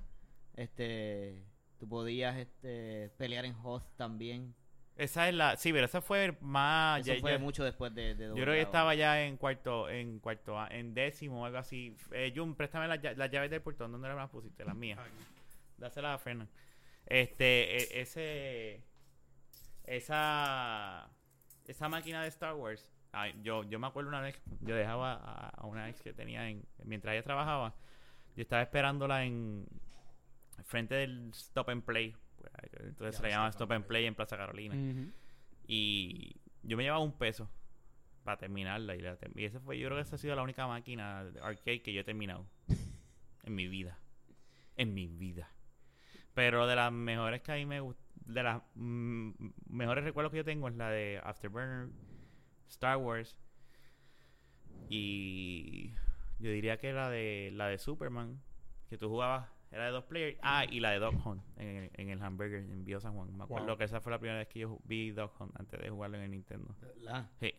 Speaker 5: este. Tú podías este, pelear en host también.
Speaker 1: Esa es la... Sí, pero esa fue más...
Speaker 5: Eso
Speaker 1: ya-
Speaker 5: fue
Speaker 1: ya-
Speaker 5: mucho después de, de
Speaker 1: Yo
Speaker 5: E. Double
Speaker 1: creo que
Speaker 5: Dragon.
Speaker 1: estaba ya en cuarto, en cuarto, A, en décimo o algo así. Eh, Jun, préstame las, lla- las llaves del portón. ¿Dónde las pusiste? Las mías. Dáselas a Fernan. Este, e- ese, esa, esa máquina de Star Wars. ay, yo, yo me acuerdo una vez, yo dejaba a, a una ex que tenía en, mientras ella trabajaba, yo estaba esperándola en frente del Stop and Play. pues, Entonces se le llama Stop and Play Mm. en Plaza Carolina.
Speaker 2: Ujú.
Speaker 1: Y yo me llevaba un peso para terminarla. Y, la ter- y esa fue, yo creo que esa ha sido la única máquina de arcade que yo he terminado en mi vida. En mi vida. Pero de las mejores que a mí me gust- de las mm, mejores recuerdos que yo tengo es la de Afterburner, Star Wars y yo diría que la de la de Superman que tú jugabas era de dos players ah y la de Dog Hunt en, el- en el hamburger en Bio San Juan me acuerdo
Speaker 2: Wow.
Speaker 1: que esa fue la primera vez que yo ju- vi Dog Hunt antes de jugarlo en el Nintendo
Speaker 5: La-
Speaker 1: Sí.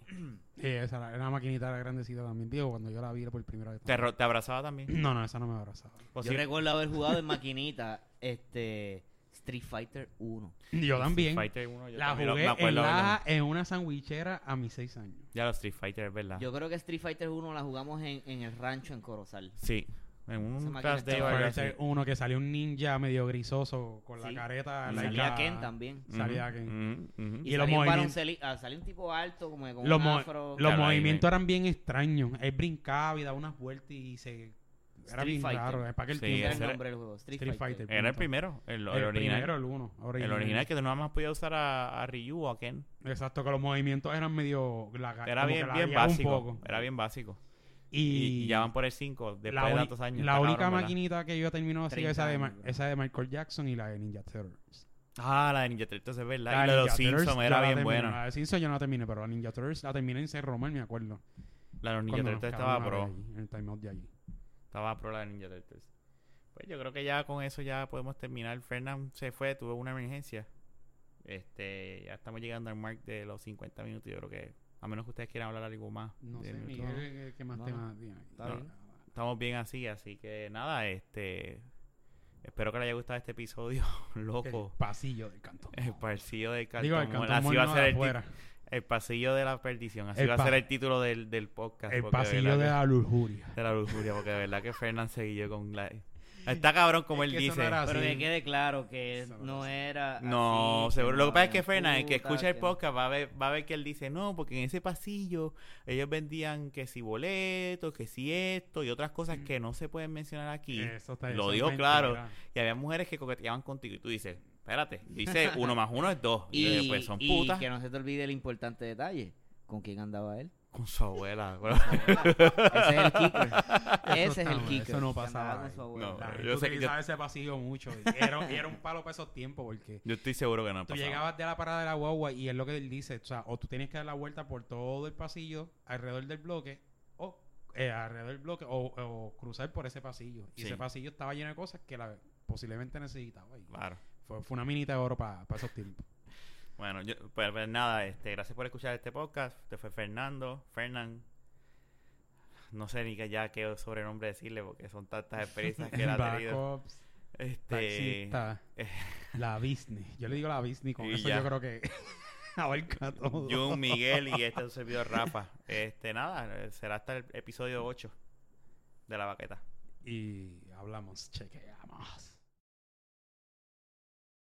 Speaker 2: Sí, esa era, era una maquinita era grandecita también, Digo, Cuando yo la vi por primera vez.
Speaker 1: te, ro- te abrazaba también Pues
Speaker 2: No, no, esa no me abrazaba.
Speaker 5: Yo
Speaker 1: Posi-
Speaker 5: recuerdo haber jugado en maquinita este, Street Fighter 1.
Speaker 2: Yo también.
Speaker 1: Fighter 1 yo
Speaker 2: La
Speaker 1: también lo-
Speaker 2: jugué
Speaker 1: me
Speaker 2: en,
Speaker 1: acuerdo
Speaker 2: la-
Speaker 1: verlo.
Speaker 2: en una sandwichera a mis seis años.
Speaker 1: ya los Street Fighter es verdad
Speaker 5: Yo creo que Street Fighter 1 la jugamos en, en el rancho en Corozal.
Speaker 1: sí en
Speaker 5: Esa
Speaker 1: un
Speaker 5: máquina
Speaker 1: class day o
Speaker 5: estaba-
Speaker 1: algo
Speaker 2: Fue
Speaker 1: así.
Speaker 2: ese uno que salió un ninja medio grisoso con la
Speaker 5: Sí.
Speaker 2: careta.
Speaker 5: Y
Speaker 2: Ah, la
Speaker 5: salía
Speaker 2: cara.
Speaker 5: Ken también.
Speaker 1: Ujú,
Speaker 2: Salía que-
Speaker 1: ujú, ujú.
Speaker 5: Y,
Speaker 2: Y los
Speaker 5: salía, un varón
Speaker 2: movimientos-
Speaker 5: celi- ah, salía un tipo alto, como con
Speaker 2: Los,
Speaker 5: un
Speaker 2: mo-
Speaker 5: afro.
Speaker 2: los
Speaker 1: Claro, ahí
Speaker 2: movimientos eran bien extraños. Él brincaba y daba unas vueltas y se. Era
Speaker 5: Street
Speaker 2: bien
Speaker 5: Fighter.
Speaker 2: raro. Es para aquel
Speaker 1: Sí,
Speaker 5: Ese
Speaker 2: tiempo.
Speaker 5: era
Speaker 1: ese
Speaker 5: el
Speaker 1: era-
Speaker 5: nombre del juego, Street,
Speaker 2: Street
Speaker 5: Fighter.
Speaker 2: Fighter.
Speaker 1: era el primero el, el
Speaker 2: El
Speaker 1: original
Speaker 2: primero, el uno.
Speaker 1: El original que tú nada más podías usar a, a Ryu o a Ken.
Speaker 2: Exacto, que los movimientos eran medio. la-
Speaker 1: Era
Speaker 2: Ah, como que
Speaker 1: bien,
Speaker 2: la
Speaker 1: bien
Speaker 2: guiaba un
Speaker 1: básico.
Speaker 2: poco.
Speaker 1: Era bien básico.
Speaker 2: Y,
Speaker 1: Y, ya van por el 5 después
Speaker 2: la,
Speaker 1: de
Speaker 2: uni-
Speaker 1: tantos años.
Speaker 2: la
Speaker 1: Está
Speaker 2: única
Speaker 1: cabrón, ¿verdad?
Speaker 2: maquinita que yo termino así es
Speaker 5: 30
Speaker 2: esa de, Ma-
Speaker 5: años, bro.
Speaker 2: esa de Michael Jackson y la de Ninja Turtles.
Speaker 1: Ah, la de Ninja Turtles es verdad. y
Speaker 2: de
Speaker 1: la de los
Speaker 2: Ninja Turtles
Speaker 1: Simpsons
Speaker 2: yo
Speaker 1: era
Speaker 2: la
Speaker 1: bien
Speaker 2: terminé,
Speaker 1: buena.
Speaker 2: La de Simpsons yo no la terminé, pero la Ninja Turtles la terminé en San Román, me acuerdo.
Speaker 1: La de los Ninja
Speaker 2: cuando nos
Speaker 1: Turtles estaba
Speaker 2: quedamos una vez
Speaker 1: pro.
Speaker 2: allí, en el timeout de allí.
Speaker 1: Estaba pro la de Ninja Turtles. Pues yo creo que ya con eso ya podemos terminar. Fernand se fue, tuvo una emergencia. Este, ya estamos llegando al mark de los 50 minutos. Yo creo que, a menos que ustedes quieran hablar algo más.
Speaker 2: No
Speaker 1: de
Speaker 2: sé,
Speaker 1: minutos,
Speaker 2: Miguel, ¿qué- ¿qué más
Speaker 5: No,
Speaker 2: temas tiene aquí?
Speaker 5: está bien.
Speaker 1: Estamos bien así, así que nada, este. Espero que les haya gustado este episodio
Speaker 2: El
Speaker 1: loco. Eh,
Speaker 2: pasillo del cantón.
Speaker 1: El pasillo del cartón.
Speaker 2: Digo, el
Speaker 1: mall.
Speaker 2: cantón
Speaker 1: así
Speaker 2: Mall
Speaker 1: va
Speaker 2: no
Speaker 1: a ser
Speaker 2: de
Speaker 1: el, ti-
Speaker 2: afuera.
Speaker 1: el pasillo de la perdición. Así
Speaker 2: El
Speaker 1: va a
Speaker 2: pa-
Speaker 1: ser el título del, del podcast.
Speaker 2: El
Speaker 1: porque de
Speaker 2: pasillo
Speaker 1: verdad
Speaker 2: de
Speaker 1: que-
Speaker 2: la lujuria.
Speaker 1: de la lujuria, porque de verdad que Fernán seguía con la. Está cabrón como
Speaker 2: Es
Speaker 1: él
Speaker 2: que eso no
Speaker 1: dice.
Speaker 2: era así.
Speaker 5: Pero que quede claro que
Speaker 2: Eso no
Speaker 5: no
Speaker 2: pasa.
Speaker 5: era.
Speaker 1: Ah, No,
Speaker 5: así,
Speaker 1: seguro.
Speaker 5: no
Speaker 1: Lo que pasa es que
Speaker 5: habían
Speaker 1: Fernan, el que
Speaker 5: putas,
Speaker 1: escucha el
Speaker 5: que no-
Speaker 1: podcast va a ver, va a ver que él dice, no, porque en ese pasillo ellos vendían que si boletos, que si esto y otras
Speaker 5: Mm.
Speaker 1: cosas que no se pueden mencionar aquí.
Speaker 2: Eso está-
Speaker 1: lo
Speaker 2: eso es
Speaker 1: digo
Speaker 2: mentira.
Speaker 1: claro. Y había mujeres que coqueteaban contigo y tú dices, espérate, dice uno más uno es dos. Y,
Speaker 5: Y,
Speaker 1: después eh, pues, son
Speaker 5: y
Speaker 1: putas
Speaker 5: que no se te olvide el importante detalle. ¿Con quién andaba él?
Speaker 1: con su abuela.
Speaker 5: Ese es el kicker.
Speaker 2: Eso
Speaker 5: Ese es
Speaker 2: está
Speaker 5: el
Speaker 2: mal,
Speaker 5: kicker.
Speaker 2: eso no
Speaker 5: que andaba
Speaker 2: pasaba
Speaker 5: con
Speaker 2: ahí.
Speaker 5: su abuela.
Speaker 1: No.
Speaker 2: La gente
Speaker 1: Yo sé que yo-
Speaker 2: utilizaba ese pasillo mucho. y Era, y era un palo para esos tiempos porque
Speaker 1: Yo estoy seguro que no
Speaker 2: tú
Speaker 1: pasaba.
Speaker 2: llegabas de la parada de la guagua y es lo que él dice. O sea, o tú tienes que dar la vuelta por todo el pasillo alrededor del bloque o eh, alrededor del bloque o, o cruzar por ese pasillo. Y
Speaker 1: Sí.
Speaker 2: ese pasillo estaba lleno de cosas que la posiblemente necesitaba. y
Speaker 1: Claro.
Speaker 2: fue, fue una minita de oro para esos tiempos.
Speaker 1: Bueno, yo- pues, pues, nada, este, gracias por escuchar este podcast. Este fue Fernando, Fernán. No sé ni que ya qué sobrenombre decirle porque son tantas experiencias que él ha
Speaker 2: Black
Speaker 1: tenido.
Speaker 2: Ops,
Speaker 1: Este,
Speaker 2: taxista, la Disney. Yo le digo la Disney con
Speaker 1: Y
Speaker 2: eso
Speaker 1: ya.
Speaker 2: yo creo que abarca todo.
Speaker 1: Jun, Miguel y este servidor Rafa. Este, nada, eh, será hasta el episodio 8 de La Baqueta.
Speaker 2: y hablamos, chequeamos.